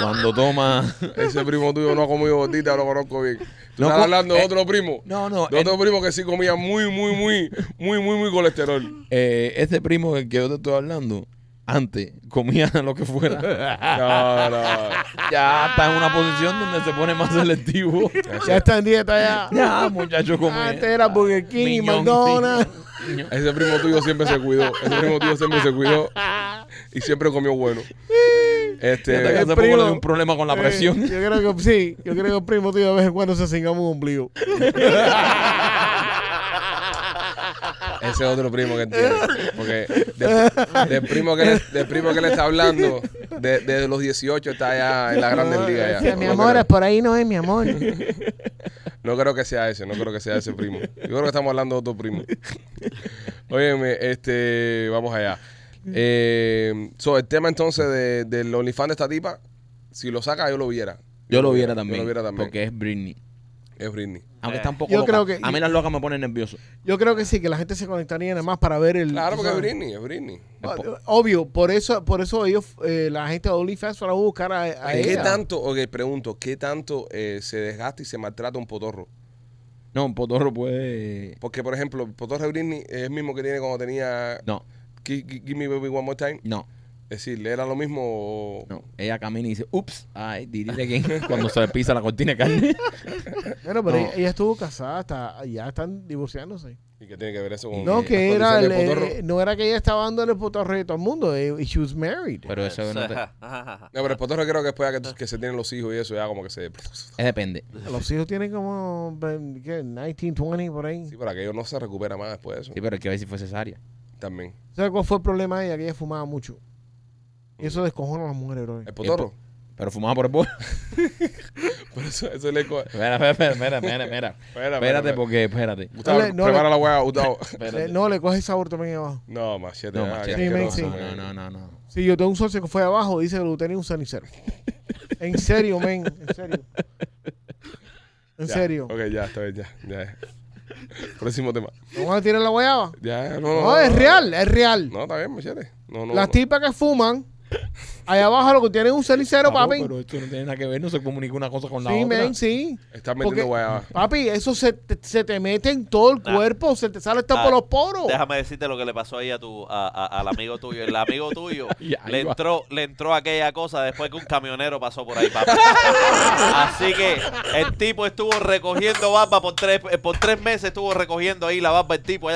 [SPEAKER 2] Cuando toma...
[SPEAKER 1] Ese primo tuyo no ha comido gordita, lo conozco bien. Tú
[SPEAKER 2] No
[SPEAKER 1] estás
[SPEAKER 2] co-
[SPEAKER 1] hablando de
[SPEAKER 2] eh,
[SPEAKER 1] otro primo.
[SPEAKER 2] No, no.
[SPEAKER 1] De otro primo que sí comía muy, muy, muy, muy, muy, muy colesterol.
[SPEAKER 2] Eh, este primo del que yo te estoy hablando, antes comía lo que fuera.
[SPEAKER 1] No, no.
[SPEAKER 2] ya está en una posición donde se pone más selectivo.
[SPEAKER 3] Ya está en dieta ya.
[SPEAKER 2] ya, muchacho, come.
[SPEAKER 3] Antes era Burger King y McDonald's.
[SPEAKER 1] Ese primo tuyo siempre se cuidó. Ese primo tuyo siempre se cuidó. Y siempre comió bueno.
[SPEAKER 2] Hasta que
[SPEAKER 1] Este.
[SPEAKER 2] hace poco le dio un problema con la presión.
[SPEAKER 3] Eh, yo creo que sí. Yo creo que el primo tío de vez en cuando se cingamos un ombligo.
[SPEAKER 1] Ese es otro primo que él tiene. Porque de- del, primo que le, del primo que le está hablando, de- desde los 18 está ya en la Grandes
[SPEAKER 3] No,
[SPEAKER 1] Ligas.
[SPEAKER 3] decía,
[SPEAKER 1] Ya.
[SPEAKER 3] mi
[SPEAKER 1] No
[SPEAKER 3] amor,
[SPEAKER 1] creo-
[SPEAKER 3] es por ahí no es mi amor.
[SPEAKER 1] No creo que sea ese, no creo que sea ese primo. Yo creo que estamos hablando de otro primo. Óyeme, este, vamos allá. Eh, so, el tema entonces de, del OnlyFans de esta tipa, si lo saca, yo lo viera.
[SPEAKER 2] Yo lo viera también.
[SPEAKER 1] Yo lo viera también.
[SPEAKER 2] Porque es Britney.
[SPEAKER 1] Es Britney.
[SPEAKER 2] Aunque está un poco
[SPEAKER 3] Yo
[SPEAKER 2] loca.
[SPEAKER 3] creo que-
[SPEAKER 2] A mí las locas me ponen nervioso.
[SPEAKER 3] Yo creo que sí, que la gente se conectaría nada más para ver el.
[SPEAKER 1] Claro, porque es
[SPEAKER 3] tú sabes.
[SPEAKER 1] Britney, es Britney.
[SPEAKER 3] O- Obvio, por eso, por eso ellos, eh, la gente de OnlyFans fueron a buscar a, a
[SPEAKER 1] ¿Qué
[SPEAKER 3] ella.
[SPEAKER 1] tanto, ok, pregunto, qué tanto eh, se desgasta y se maltrata un potorro?
[SPEAKER 2] No, un potorro puede.
[SPEAKER 1] Porque, por ejemplo, el potorro de Britney es el mismo que tiene cuando tenía
[SPEAKER 2] No,
[SPEAKER 1] Gi- gi- Give Me Baby One More Time.
[SPEAKER 2] no,
[SPEAKER 1] Es decir, era lo mismo. o-
[SPEAKER 2] no. Ella camina y dice, ups, ay, diría que cuando se pisa la cortina de carne.
[SPEAKER 3] Bueno,
[SPEAKER 2] No.
[SPEAKER 3] pero ella, ella estuvo casada, hasta, ya están divorciándose.
[SPEAKER 1] ¿Y qué tiene que ver eso con.?
[SPEAKER 3] No,
[SPEAKER 1] las
[SPEAKER 3] que era,
[SPEAKER 1] condiciones
[SPEAKER 3] el-
[SPEAKER 1] de potorro?
[SPEAKER 3] eh, no era que ella estaba dándole potorre a todo el mundo. eh, she was married.
[SPEAKER 2] Pero eso no te-
[SPEAKER 1] No,
[SPEAKER 3] Ah.
[SPEAKER 1] pero el potorro creo que después ya que, que se tienen los hijos y eso ya como que se... Sí,
[SPEAKER 2] Es depende.
[SPEAKER 3] Los hijos tienen como ven, ¿qué? 19, 20 por ahí.
[SPEAKER 1] para que ellos no se recupera más después de eso.
[SPEAKER 2] Sí, pero hay que ver si fue cesárea.
[SPEAKER 1] También.
[SPEAKER 3] ¿Sabes cuál fue el problema de ella? Que ella fumaba mucho. Y eso descojona a las mujeres, bro.
[SPEAKER 2] Eh,
[SPEAKER 1] ¿El potorro?
[SPEAKER 2] Pero fumaba por el bol.
[SPEAKER 1] Pero eso, eso le... co-
[SPEAKER 2] Espera, espera, espera, espera, espera.
[SPEAKER 1] Espera,
[SPEAKER 2] Espérate, porque, espérate.
[SPEAKER 1] Gustavo,
[SPEAKER 3] No le- no
[SPEAKER 1] prepara la hueá, Gustavo.
[SPEAKER 3] Le- no, le coge sabor también abajo.
[SPEAKER 1] No, machete.
[SPEAKER 2] No,
[SPEAKER 1] ah,
[SPEAKER 2] machete.
[SPEAKER 1] qué
[SPEAKER 3] Sí, men,
[SPEAKER 1] asqueroso,
[SPEAKER 3] sí.
[SPEAKER 1] men.
[SPEAKER 2] No, no, no, no.
[SPEAKER 3] Sí, yo tengo un socio que fue abajo, dice que lo tenía un cenicero. en serio, men, en serio. En
[SPEAKER 1] Ya,
[SPEAKER 3] serio.
[SPEAKER 1] Ok, ya, está bien, ya. ya. Próximo tema.
[SPEAKER 3] ¿No van a tirar la guayaba?
[SPEAKER 1] Ya, no, no.
[SPEAKER 3] No, es real, es real.
[SPEAKER 1] No, está bien, machete. No, no,
[SPEAKER 3] Las
[SPEAKER 1] no.
[SPEAKER 3] tipas que fuman Allá abajo lo que tienen es un cenicero,
[SPEAKER 2] Claro,
[SPEAKER 3] papi.
[SPEAKER 2] Pero esto no tiene nada que ver, no se comunica una cosa con la
[SPEAKER 3] Sí,
[SPEAKER 2] otra.
[SPEAKER 3] men, sí.
[SPEAKER 1] Estás metiendo
[SPEAKER 3] Porque-
[SPEAKER 1] guayaba.
[SPEAKER 3] Papi, eso se te, se te mete en todo el
[SPEAKER 4] Nah.
[SPEAKER 3] cuerpo, se te sale hasta
[SPEAKER 4] Nah.
[SPEAKER 3] por los poros.
[SPEAKER 4] Déjame decirte lo que le pasó ahí a tu, a- a- al amigo tuyo. El amigo tuyo
[SPEAKER 2] Y ahí
[SPEAKER 4] le
[SPEAKER 2] va.
[SPEAKER 4] entró, le entró aquella cosa después que un camionero pasó por ahí, papá. Así que el tipo estuvo recogiendo barba por tres, eh, por tres meses estuvo recogiendo ahí la barba el tipo.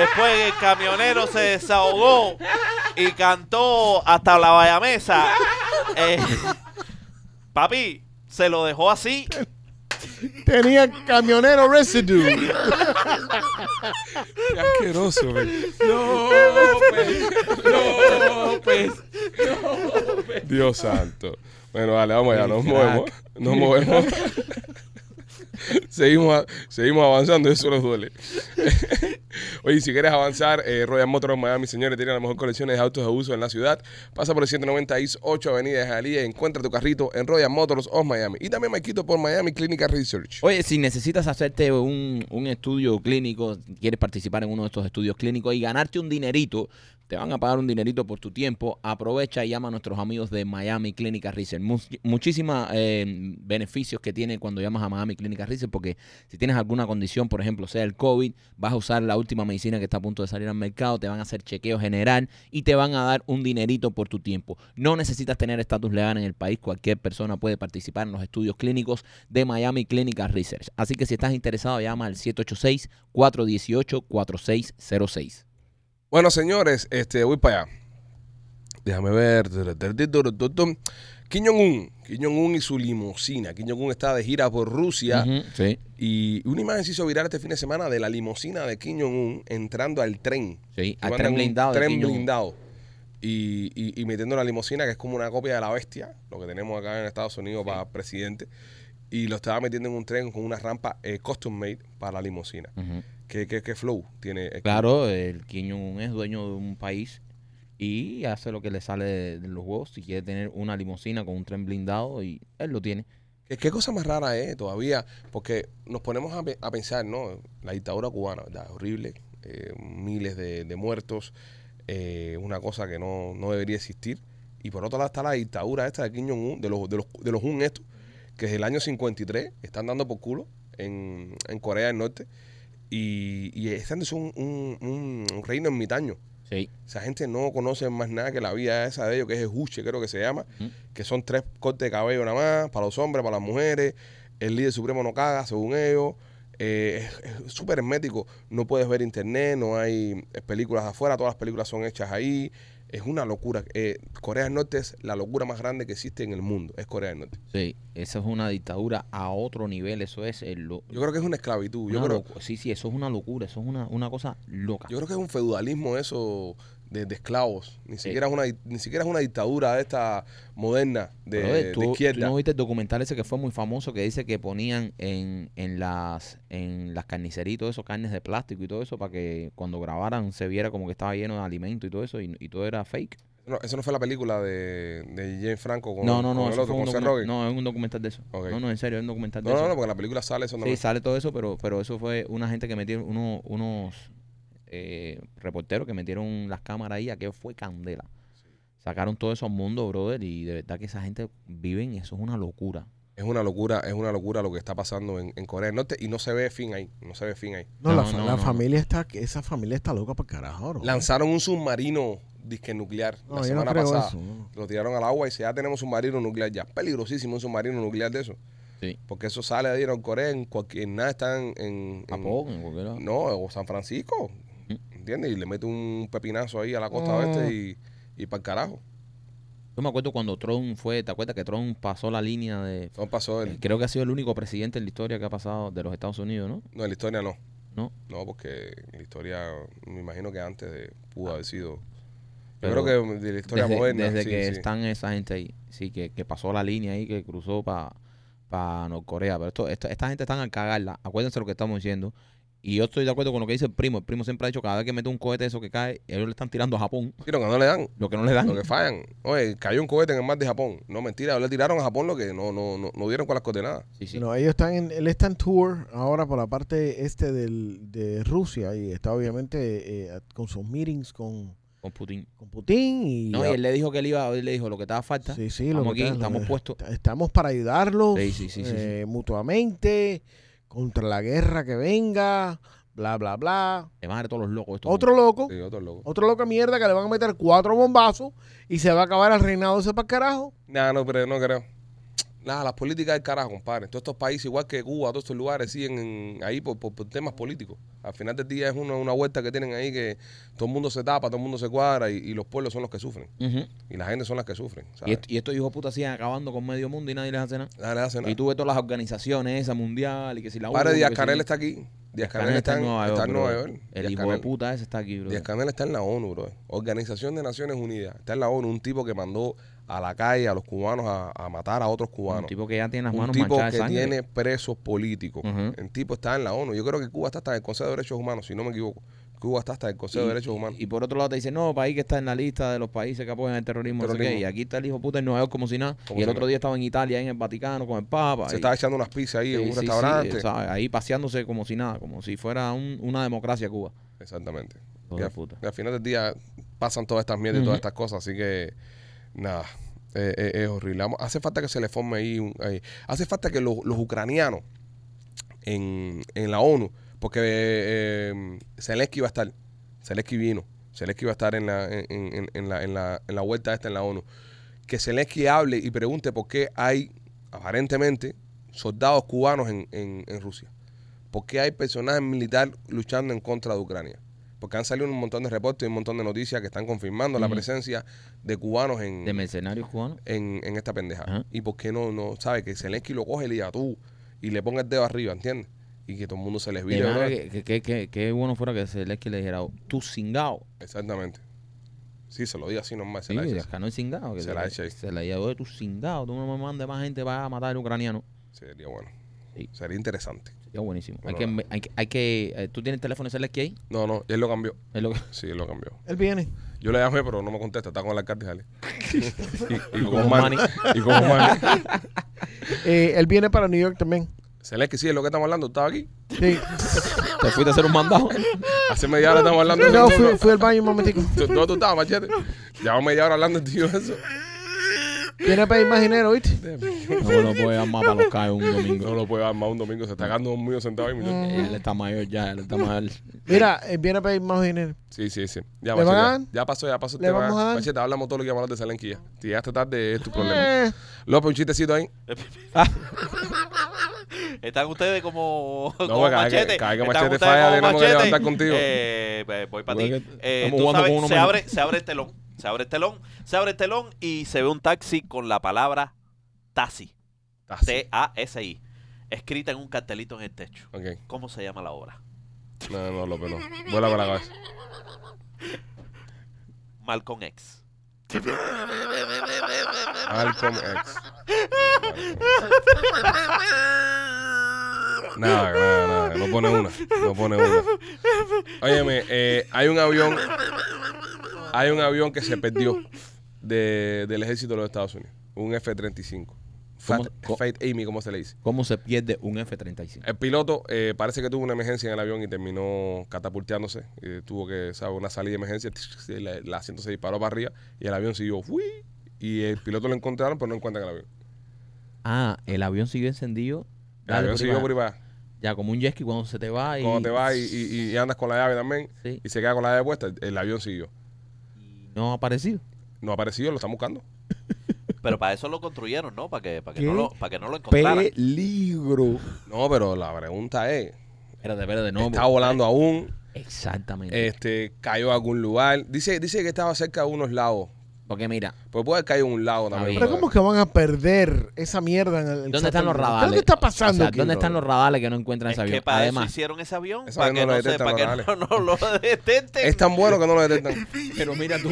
[SPEAKER 4] Después el camionero se desahogó y cantó hasta la bayamesa. Eh, papi, se lo dejó así
[SPEAKER 3] Tenía camionero residue.
[SPEAKER 1] Qué asqueroso, men.
[SPEAKER 2] López, López.
[SPEAKER 1] Dios santo. Bueno, dale, vamos allá,
[SPEAKER 2] El
[SPEAKER 1] nos
[SPEAKER 2] crack.
[SPEAKER 1] movemos. Nos movemos. seguimos, a- seguimos avanzando, eso nos duele. Oye, si quieres avanzar, eh, Royal Motors Miami, señores, tiene las mejores colecciones de autos de uso en la ciudad. Pasa por el 198 Avenida de Jalía y encuentra tu carrito en Royal Motors of Miami. Y también me quito por Miami Clinical Research.
[SPEAKER 2] Oye, si necesitas hacerte un, un estudio clínico, quieres participar en uno de estos estudios clínicos y ganarte un dinerito, te van a pagar un dinerito por tu tiempo, aprovecha y llama a nuestros amigos de Miami Clinical Research. Muchísimos eh, beneficios que tiene cuando llamas a Miami Clinical Research, porque si tienes alguna condición, por ejemplo, sea el COVID, vas a usar la última medicina que está a punto de salir al mercado, te van a hacer chequeo general y te van a dar un dinerito por tu tiempo. No necesitas tener estatus legal en el país, cualquier persona puede participar en los estudios clínicos de Miami Clinical Research. Así que si estás interesado, llama al 786-418-4606.
[SPEAKER 1] Bueno, señores, este, voy para allá. Déjame ver. Kim Jong-un. Kim Jong-un y su limusina. Kim Jong-un está de gira por Rusia.
[SPEAKER 2] Ujú, Sí,
[SPEAKER 1] Y una imagen se hizo viral este fin de semana de la limusina de Kim Jong-un entrando al tren.
[SPEAKER 2] sí.
[SPEAKER 1] Que
[SPEAKER 2] Al
[SPEAKER 1] mandan
[SPEAKER 2] tren
[SPEAKER 1] un
[SPEAKER 2] blindado. de
[SPEAKER 1] tren
[SPEAKER 2] Kim Jong-un.
[SPEAKER 1] blindado. Y, y- y metiendo la limusina, que es como una copia de la bestia, lo que tenemos acá en Estados Unidos para presidente. Y lo estaba metiendo en un tren con una rampa eh, custom made para la limusina.
[SPEAKER 2] Ujú.
[SPEAKER 1] ¿Qué, qué- qué flow tiene? eh,
[SPEAKER 2] Claro, el Kim Jong-un es dueño de un país y hace lo que le sale de, de los huevos. Si quiere tener una limusina con un tren blindado, y él lo tiene.
[SPEAKER 1] ¿Qué, qué cosa más rara es todavía? Porque nos ponemos a, pe- a pensar, ¿no? La dictadura cubana, ¿verdad? Es Horrible, eh, miles de, de muertos, eh, una cosa que no, no debería existir. Y por otro lado está la dictadura esta de Kim Jong-un, de los, de los, de los un estos, que desde el año 53 están dando por culo en, en Corea del Norte y, y están es un, un, un- un reino ermitaño.
[SPEAKER 2] Sí.
[SPEAKER 1] Esa gente no conoce más nada que la vida esa de ellos, que es el juche, creo que se llama,
[SPEAKER 2] Ujú.
[SPEAKER 1] que son tres cortes de cabello nada más, para los hombres, para las mujeres, el líder supremo no caga, según ellos, eh, es es súper hermético, no puedes ver internet, no hay eh, películas afuera, todas las películas son hechas ahí, es una locura. Eh, Corea del Norte es la locura más grande que existe en el mundo, es Corea del Norte.
[SPEAKER 2] Sí, esa es una dictadura a otro nivel. Eso es. el lo-
[SPEAKER 1] Yo creo que es una esclavitud, yo
[SPEAKER 2] una
[SPEAKER 1] creo,
[SPEAKER 2] locu- sí, sí, eso es una locura. Eso es una, una cosa loca.
[SPEAKER 1] yo creo que es un feudalismo eso de, de esclavos, ni siquiera, es una, di- ni siquiera es una dictadura de esta moderna de,
[SPEAKER 2] Brother,
[SPEAKER 1] de
[SPEAKER 2] ¿tú,
[SPEAKER 1] izquierda.
[SPEAKER 2] tú no viste el documental ese que fue muy famoso que dice que ponían en, en las en las carnicerías y todo eso, carnes de plástico y todo eso, para que cuando grabaran se viera como que estaba lleno de alimento y todo eso, y, y todo era fake.
[SPEAKER 1] No, eso no fue la película de, de James Franco con,
[SPEAKER 2] no, no, no,
[SPEAKER 1] con el
[SPEAKER 2] eso
[SPEAKER 1] otro,
[SPEAKER 2] fue
[SPEAKER 1] con
[SPEAKER 2] un
[SPEAKER 1] Seth
[SPEAKER 2] documen-
[SPEAKER 1] Rogen. No,
[SPEAKER 2] no, es un documental de eso.
[SPEAKER 1] Ok.
[SPEAKER 2] No, no, en serio, es un documental de
[SPEAKER 1] no,
[SPEAKER 2] eso.
[SPEAKER 1] no, porque la película sale eso
[SPEAKER 2] sí,
[SPEAKER 1] también.
[SPEAKER 2] sale todo eso, pero, pero eso fue una gente que metieron, uno, unos eh, reporteros que metieron las cámaras ahí, aquello fue candela. Sacaron todo eso al mundo, brother, y de verdad que esa gente viven, eso es una locura.
[SPEAKER 1] Es una locura, es una locura lo que está pasando en, en Corea del Norte y no se ve fin ahí, no se ve fin ahí.
[SPEAKER 3] No,
[SPEAKER 2] No,
[SPEAKER 3] la,
[SPEAKER 2] no,
[SPEAKER 3] fa-
[SPEAKER 2] no,
[SPEAKER 3] la
[SPEAKER 2] no.
[SPEAKER 3] familia está, esa familia está loca para carajo. bro.
[SPEAKER 1] Lanzaron un submarino disque nuclear
[SPEAKER 3] No,
[SPEAKER 1] la
[SPEAKER 3] yo no
[SPEAKER 1] semana
[SPEAKER 3] creo
[SPEAKER 1] pasada.
[SPEAKER 3] eso, no.
[SPEAKER 1] Lo tiraron al agua y dice, ya tenemos submarino nuclear ya. Peligrosísimo un submarino nuclear de eso.
[SPEAKER 2] Sí.
[SPEAKER 1] Porque eso sale de ahí en Corea, en cualquier en nada están en, en-
[SPEAKER 2] Japón, en cualquier lado.
[SPEAKER 1] No, o San Francisco.
[SPEAKER 2] Mm.
[SPEAKER 1] ¿Entiendes? Y le mete un pepinazo ahí a la costa oeste y, y para el carajo.
[SPEAKER 2] Yo me acuerdo cuando Trump fue, ¿te acuerdas que Trump pasó la línea de...
[SPEAKER 1] No pasó
[SPEAKER 2] eh,
[SPEAKER 1] el,
[SPEAKER 2] Creo que ha sido el único presidente en la historia que ha pasado de los Estados Unidos, ¿no?
[SPEAKER 1] no, en la historia no.
[SPEAKER 2] ¿No?
[SPEAKER 1] No, porque la historia, me imagino que antes de, pudo haber sido. Yo
[SPEAKER 2] Pero
[SPEAKER 1] creo que de la historia
[SPEAKER 2] desde
[SPEAKER 1] moderna.
[SPEAKER 2] desde
[SPEAKER 1] sí,
[SPEAKER 2] que
[SPEAKER 1] sí.
[SPEAKER 2] están esa gente ahí, sí, que, que pasó la línea ahí, que cruzó para pa Norcorea. Pero esto, esto- esta gente están al cagarla. Acuérdense lo que estamos diciendo. Y yo estoy de acuerdo con lo que dice el primo. El primo siempre ha dicho, cada vez que mete un cohete eso que cae, ellos le están tirando a Japón,
[SPEAKER 1] Sí, lo que no le dan,
[SPEAKER 2] lo que no le dan.
[SPEAKER 1] lo que fallan. Oye, cayó un cohete en el mar de Japón. No, mentira, le tiraron a Japón lo que no, no, no, no dieron con las coordenadas.
[SPEAKER 2] Sí, sí.
[SPEAKER 3] No, ellos están en, él está en tour ahora por la parte este del, de Rusia y está obviamente eh, con sus meetings con,
[SPEAKER 2] Con Putin.
[SPEAKER 3] con Putin y,
[SPEAKER 2] No, y él le dijo que él iba, él le dijo lo que te haga falta.
[SPEAKER 3] Sí, sí,
[SPEAKER 2] estamos
[SPEAKER 3] lo
[SPEAKER 2] aquí,
[SPEAKER 3] que está- lo
[SPEAKER 2] estamos
[SPEAKER 3] que-
[SPEAKER 2] puestos.
[SPEAKER 3] Estamos para ayudarlos
[SPEAKER 2] Sí, sí, sí, sí, sí.
[SPEAKER 3] eh, mutuamente contra la guerra que venga, bla, bla, bla.
[SPEAKER 2] Te van a ver todos los locos estos.
[SPEAKER 3] Otro loco,
[SPEAKER 1] Sí, otro loco.
[SPEAKER 3] otro loco de mierda que le van a meter cuatro bombazos y se va a acabar el reinado ese para carajo.
[SPEAKER 1] Nada, no, pero no creo. Nada, las políticas del carajo, compadre. Todos estos países, igual que Cuba, todos estos lugares, siguen en- ahí por, por- por temas políticos. Al final del día es una, una vuelta que tienen ahí que todo el mundo se tapa, todo el mundo se cuadra y, y los pueblos son los que sufren.
[SPEAKER 2] Ujú.
[SPEAKER 1] Y la gente son las que sufren.
[SPEAKER 2] y,
[SPEAKER 1] ¿sabes?
[SPEAKER 2] est- y estos hijos de puta siguen acabando con medio mundo y nadie les hace nada.
[SPEAKER 1] Nada, nada, hace nada.
[SPEAKER 2] Y tú ves todas las organizaciones esas mundial y que si la
[SPEAKER 1] Padre
[SPEAKER 2] ONU,
[SPEAKER 1] Díaz
[SPEAKER 2] que si-
[SPEAKER 1] Canel está aquí. Díaz Canel está, en Nueva York. Está en Nueva
[SPEAKER 2] brother.
[SPEAKER 1] York.
[SPEAKER 2] El
[SPEAKER 1] Díaz
[SPEAKER 2] hijo de
[SPEAKER 1] Canel-
[SPEAKER 2] puta ese está aquí, bro.
[SPEAKER 1] Díaz Canel está en la ONU, bro. Organización de Naciones Unidas. Está en la ONU un tipo que mandó a la calle a los cubanos a, a matar a otros
[SPEAKER 2] Un
[SPEAKER 1] cubanos.
[SPEAKER 2] tipo que ya tiene las
[SPEAKER 1] un
[SPEAKER 2] manos
[SPEAKER 1] tipo
[SPEAKER 2] manchadas
[SPEAKER 1] que
[SPEAKER 2] de sangre.
[SPEAKER 1] tiene presos políticos.
[SPEAKER 2] Ujú.
[SPEAKER 1] El tipo está en la ONU. Yo creo que Cuba está hasta en el Consejo de Derechos Humanos, si no me equivoco. Cuba está hasta en el Consejo de Derechos Humanos.
[SPEAKER 2] Y por otro lado te dicen, no, país que está en la lista de los países que apoyan el terrorismo. no sé qué.
[SPEAKER 1] Terrorismo.
[SPEAKER 2] Y aquí está el hijo de puta en Nueva York como si nada.
[SPEAKER 1] Como
[SPEAKER 2] Y el
[SPEAKER 1] si
[SPEAKER 2] otro
[SPEAKER 1] nada.
[SPEAKER 2] día estaba en Italia, ahí en el Vaticano, con el Papa.
[SPEAKER 1] Se
[SPEAKER 2] y-
[SPEAKER 1] estaba echando unas pizzas ahí
[SPEAKER 2] sí,
[SPEAKER 1] en un
[SPEAKER 2] sí, sí,
[SPEAKER 1] restaurante.
[SPEAKER 2] ¿sabes? Ahí paseándose como si nada, como si fuera un- una democracia Cuba.
[SPEAKER 1] Exactamente.
[SPEAKER 2] Hijo
[SPEAKER 1] Y
[SPEAKER 2] de
[SPEAKER 1] al,
[SPEAKER 2] puta.
[SPEAKER 1] y al final del día pasan todas estas mierdas y
[SPEAKER 2] Ujú.
[SPEAKER 1] todas estas cosas, así que nada. eh, eh, es horrible. Vamos- hace falta que se le forme ahí. un- ahí. Hace falta que los, los ucranianos en, en la ONU, porque eh, eh, Zelensky va a estar. Zelensky vino. Zelensky va a estar en la, en, en- en la, en la- en la vuelta esta en la ONU. Que Zelensky hable y pregunte por qué hay, aparentemente, soldados cubanos en, en- en Rusia. ¿Por qué hay personajes militares luchando en contra de Ucrania? Porque han salido un montón de reportes y un montón de noticias que están confirmando la
[SPEAKER 2] Ujú.
[SPEAKER 1] presencia de cubanos en,
[SPEAKER 2] De mercenarios cubanos.
[SPEAKER 1] en, en esta pendeja.
[SPEAKER 2] Ajá.
[SPEAKER 1] Y por qué no, no sabe que Zelensky lo coge y le diga tú y le ponga el dedo arriba, ¿entiendes? Y que todo el mundo se les
[SPEAKER 2] De
[SPEAKER 1] vire.
[SPEAKER 2] manera
[SPEAKER 1] bro.
[SPEAKER 2] que, que, que, que- que bueno fuera que Zelensky le dijera, "Oh, tú cingao.
[SPEAKER 1] Exactamente. Sí, se lo diga así nomás. se
[SPEAKER 2] Sí,
[SPEAKER 1] la echa
[SPEAKER 2] que
[SPEAKER 1] así.
[SPEAKER 2] acá no hay cingao. Que
[SPEAKER 1] Se la echa ahí.
[SPEAKER 2] Se la llevó de tu cingao. Tú no me mandes más gente para matar al ucraniano.
[SPEAKER 1] Sería bueno.
[SPEAKER 2] Sí.
[SPEAKER 1] Sería interesante.
[SPEAKER 2] Sería buenísimo.
[SPEAKER 1] Bueno,
[SPEAKER 2] hay, que, hay, que- hay que... eh, ¿Tú tienes el teléfono de Zelensky ahí?
[SPEAKER 1] No, no, él lo cambió.
[SPEAKER 2] Es lo que...
[SPEAKER 1] Sí, él lo cambió.
[SPEAKER 3] Él viene.
[SPEAKER 1] Yo le llamé, pero no me contesta. Está con el alcalde, jale. y, y
[SPEAKER 2] con
[SPEAKER 1] con Manny. Y con Manny.
[SPEAKER 3] Eh, él viene para New York también.
[SPEAKER 1] Zelensky, sí, es lo que estamos hablando. Estaba aquí.
[SPEAKER 3] Sí.
[SPEAKER 2] Te fuiste a hacer un mandado.
[SPEAKER 1] Hace media hora estamos hablando. de
[SPEAKER 3] No,
[SPEAKER 1] eso,
[SPEAKER 3] fui,
[SPEAKER 1] bro.
[SPEAKER 3] fui al baño un momentico.
[SPEAKER 1] Tú- No, tú estabas, machete. Llevamos media hora hablando el tío de eso.
[SPEAKER 3] Viene a pedir más dinero, ¿viste?
[SPEAKER 2] No lo puedo llamar para los callos un domingo.
[SPEAKER 1] No lo puede armar un domingo. Se está cagando un mío sentado ahí, muchacho.
[SPEAKER 3] Ah.
[SPEAKER 2] Él está mayor ya, él está mayor.
[SPEAKER 3] Mira, él viene a pedir más dinero.
[SPEAKER 1] Sí, sí, sí. Ya, Machete,
[SPEAKER 3] ¿Le van a
[SPEAKER 1] ya,
[SPEAKER 3] dar?
[SPEAKER 1] ya pasó, ya pasó el
[SPEAKER 3] ¿Le
[SPEAKER 1] tema.
[SPEAKER 3] vamos a dar?
[SPEAKER 1] Machete, hablamos todo lo que vamos a hablar de Zelensky ya. Si llegaste tarde, es tu problema.
[SPEAKER 3] Eh,
[SPEAKER 1] López, un chistecito ahí.
[SPEAKER 4] Están ustedes como, como
[SPEAKER 1] porque cada vez que-
[SPEAKER 4] machete.
[SPEAKER 1] cada vez que
[SPEAKER 4] Están
[SPEAKER 1] Machete
[SPEAKER 4] ustedes
[SPEAKER 1] falla,
[SPEAKER 4] como
[SPEAKER 1] tenemos que
[SPEAKER 4] machete.
[SPEAKER 1] levantar contigo.
[SPEAKER 4] Eh, pues, voy para ti.
[SPEAKER 2] Porque
[SPEAKER 4] Eh,
[SPEAKER 2] estamos
[SPEAKER 4] tú
[SPEAKER 2] jugando
[SPEAKER 4] sabes,
[SPEAKER 2] con uno
[SPEAKER 4] se,
[SPEAKER 2] menos.
[SPEAKER 4] abre, se abre el telón. Se abre el telón. Se abre el telón y se ve un taxi con la palabra taxi. T-A-S-I. Escrita en un cartelito en el techo.
[SPEAKER 1] Ok.
[SPEAKER 4] ¿Cómo se llama la obra?
[SPEAKER 1] No, no, López, no. Vuela con la cabeza.
[SPEAKER 4] Malcolm X.
[SPEAKER 1] Malcolm X. Nada, nada, nada. No pone una. No pone una. Óyeme, eh, hay un avión. Hay un avión que se perdió de- del ejército de los Estados Unidos. Un F-35. Fat,
[SPEAKER 2] ¿Cómo- cómo-
[SPEAKER 1] Fat Amy, ¿cómo se le dice?
[SPEAKER 2] ¿Cómo se pierde un F-35?
[SPEAKER 1] El piloto eh, parece que tuvo una emergencia en el avión y terminó catapulteándose. Eh, tuvo que, ¿sabes? Una salida de emergencia. La- El asiento se disparó para arriba y el avión siguió. ¡fui! Y el piloto lo encontraron, pero no encuentran el avión.
[SPEAKER 2] Ah, el avión siguió encendido.
[SPEAKER 1] El
[SPEAKER 2] Dale,
[SPEAKER 1] avión
[SPEAKER 2] por ahí
[SPEAKER 1] siguió
[SPEAKER 2] va.
[SPEAKER 1] por ahí para allá.
[SPEAKER 2] Ya, como un jet ski cuando se te va y...
[SPEAKER 1] Cuando te vas y, y- y andas con la llave también
[SPEAKER 2] Sí.
[SPEAKER 1] y se queda con la llave puesta, el avión siguió.
[SPEAKER 2] No ha aparecido.
[SPEAKER 1] No ha aparecido, lo están buscando.
[SPEAKER 4] Pero para eso lo construyeron, ¿no? Para que, para que,
[SPEAKER 2] ¿Qué?
[SPEAKER 4] no, lo, para que no lo encontraran.
[SPEAKER 2] Peligro.
[SPEAKER 1] No, pero la pregunta es,
[SPEAKER 2] Espérate, espérate, no.
[SPEAKER 1] ¿está volando aún?
[SPEAKER 2] Exactamente.
[SPEAKER 1] Este, ¿Cayó a algún lugar? Dice, dice que estaba cerca de unos lagos.
[SPEAKER 2] Porque mira,
[SPEAKER 1] Pues puede haber caído en un lago también.
[SPEAKER 2] bien.
[SPEAKER 3] Pero ¿cómo que van a perder esa mierda en el en
[SPEAKER 2] ¿dónde están los
[SPEAKER 3] Santo Domingo?
[SPEAKER 2] radales?
[SPEAKER 3] ¿Qué está
[SPEAKER 2] O
[SPEAKER 3] pasando?
[SPEAKER 2] sea,
[SPEAKER 3] aquí,
[SPEAKER 2] ¿dónde están
[SPEAKER 3] brother?
[SPEAKER 2] los radales que no encuentran
[SPEAKER 4] Es
[SPEAKER 2] ese
[SPEAKER 4] que
[SPEAKER 2] avión?
[SPEAKER 4] para eso
[SPEAKER 2] Además,
[SPEAKER 4] hicieron ese avión.
[SPEAKER 1] Ese
[SPEAKER 4] Para
[SPEAKER 1] avión no
[SPEAKER 4] que
[SPEAKER 1] lo
[SPEAKER 4] no, se-
[SPEAKER 1] detectan
[SPEAKER 4] para
[SPEAKER 1] los
[SPEAKER 4] que no, no lo detecten.
[SPEAKER 1] Es tan bueno que no lo detectan.
[SPEAKER 2] pero mira tú,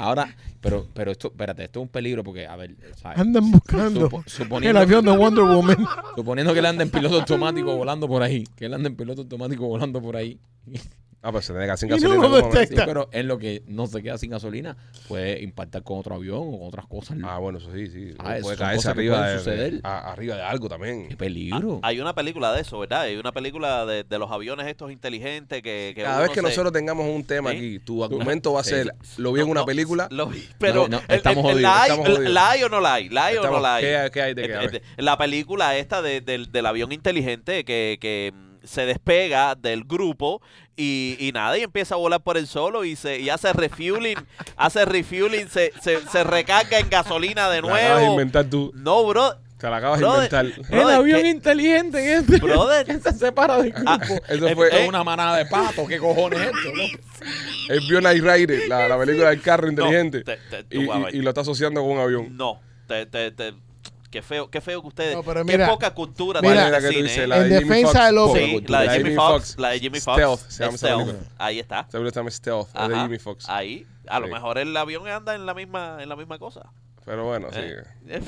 [SPEAKER 2] Ahora, pero, pero esto, espérate, esto es un peligro porque, a ver, ¿sabes?
[SPEAKER 3] Andan buscando
[SPEAKER 2] Supo-
[SPEAKER 3] el
[SPEAKER 2] suponiendo,
[SPEAKER 3] avión de Wonder Woman.
[SPEAKER 2] suponiendo que él anda en piloto automático volando por ahí, que él anda en piloto automático volando por ahí,
[SPEAKER 1] Ah, pues se te queda sin
[SPEAKER 3] Y
[SPEAKER 1] gasolina.
[SPEAKER 3] no lo
[SPEAKER 1] en algún momento.
[SPEAKER 2] Sí,
[SPEAKER 3] Está-
[SPEAKER 2] pero en lo que no se queda sin gasolina, puede impactar con otro avión o con otras cosas.
[SPEAKER 1] Ah, bueno, eso sí, sí.
[SPEAKER 2] Ah, eso
[SPEAKER 1] puede
[SPEAKER 2] son
[SPEAKER 1] caerse
[SPEAKER 2] cosas que
[SPEAKER 1] arriba
[SPEAKER 2] pueden
[SPEAKER 1] de,
[SPEAKER 2] suceder.
[SPEAKER 1] a- arriba de algo también.
[SPEAKER 2] ¡Qué peligro!
[SPEAKER 4] Ah, Hay una película de eso, ¿verdad? Hay una película de, de los aviones estos inteligentes que... que
[SPEAKER 1] Cada
[SPEAKER 4] uno
[SPEAKER 1] vez que
[SPEAKER 4] se-
[SPEAKER 1] nosotros tengamos un tema
[SPEAKER 4] Sí.
[SPEAKER 1] aquí, tu argumento va a
[SPEAKER 2] Sí.
[SPEAKER 1] ser, lo vi en
[SPEAKER 4] No,
[SPEAKER 1] una
[SPEAKER 4] no,
[SPEAKER 1] película,
[SPEAKER 4] lo vi, pero
[SPEAKER 2] no,
[SPEAKER 4] el- el-
[SPEAKER 2] estamos
[SPEAKER 4] el-
[SPEAKER 2] jodidos,
[SPEAKER 4] la, hay,
[SPEAKER 1] estamos
[SPEAKER 4] la-
[SPEAKER 1] jodidos.
[SPEAKER 4] la hay o no la hay, la hay o
[SPEAKER 1] Estamos-
[SPEAKER 4] no la hay.
[SPEAKER 1] ¿qué hay- qué hay de qué?
[SPEAKER 4] Este-
[SPEAKER 1] A ver.
[SPEAKER 4] este, la película esta de- del, del avión inteligente que, que mm, se despega del grupo y, y nada, y empieza a volar por el solo y se y hace refueling, hace refueling, se, se, se recarga en gasolina de
[SPEAKER 1] te la acabas de
[SPEAKER 4] nuevo.
[SPEAKER 1] inventar tú.
[SPEAKER 4] No, bro,
[SPEAKER 1] Te la acabas
[SPEAKER 4] Brother,
[SPEAKER 1] de inventar.
[SPEAKER 4] ah, brother, que-
[SPEAKER 2] inteligente este
[SPEAKER 4] Brother.
[SPEAKER 2] se separa del
[SPEAKER 4] Ah,
[SPEAKER 1] Eso
[SPEAKER 4] eh,
[SPEAKER 1] fue,
[SPEAKER 4] eh,
[SPEAKER 2] una manada de patos. ¿Qué cojones es esto?
[SPEAKER 1] él vio Night Rider, la, la película del carro
[SPEAKER 4] no,
[SPEAKER 1] inteligente,
[SPEAKER 4] te- te- tú,
[SPEAKER 1] y,
[SPEAKER 4] a ver.
[SPEAKER 1] y- y lo está asociando con un avión.
[SPEAKER 4] No, te, te, te- qué feo, qué feo que ustedes,
[SPEAKER 3] No, pero
[SPEAKER 4] qué
[SPEAKER 3] mira,
[SPEAKER 4] poca cultura
[SPEAKER 3] mira,
[SPEAKER 4] tienen
[SPEAKER 1] la
[SPEAKER 4] de
[SPEAKER 1] que tú
[SPEAKER 4] cine,
[SPEAKER 1] dices,
[SPEAKER 4] ¿eh?
[SPEAKER 1] la de
[SPEAKER 3] En
[SPEAKER 1] Jimmy
[SPEAKER 3] defensa
[SPEAKER 1] Fox,
[SPEAKER 3] de los-
[SPEAKER 1] poca
[SPEAKER 4] Sí,
[SPEAKER 1] cultura.
[SPEAKER 4] la de Jimmy Fox, la de Jimmy Fox,
[SPEAKER 1] Stealth, se llama esa
[SPEAKER 4] Stealth,
[SPEAKER 1] película.
[SPEAKER 4] ahí está.
[SPEAKER 1] Esa película se llama Stealth, es de
[SPEAKER 4] Ajá,
[SPEAKER 1] Jimmy Fox.
[SPEAKER 4] Ahí, a lo
[SPEAKER 1] Sí.
[SPEAKER 4] mejor el avión anda en la misma, en la misma cosa.
[SPEAKER 1] Pero bueno, sí.
[SPEAKER 4] ¿eh?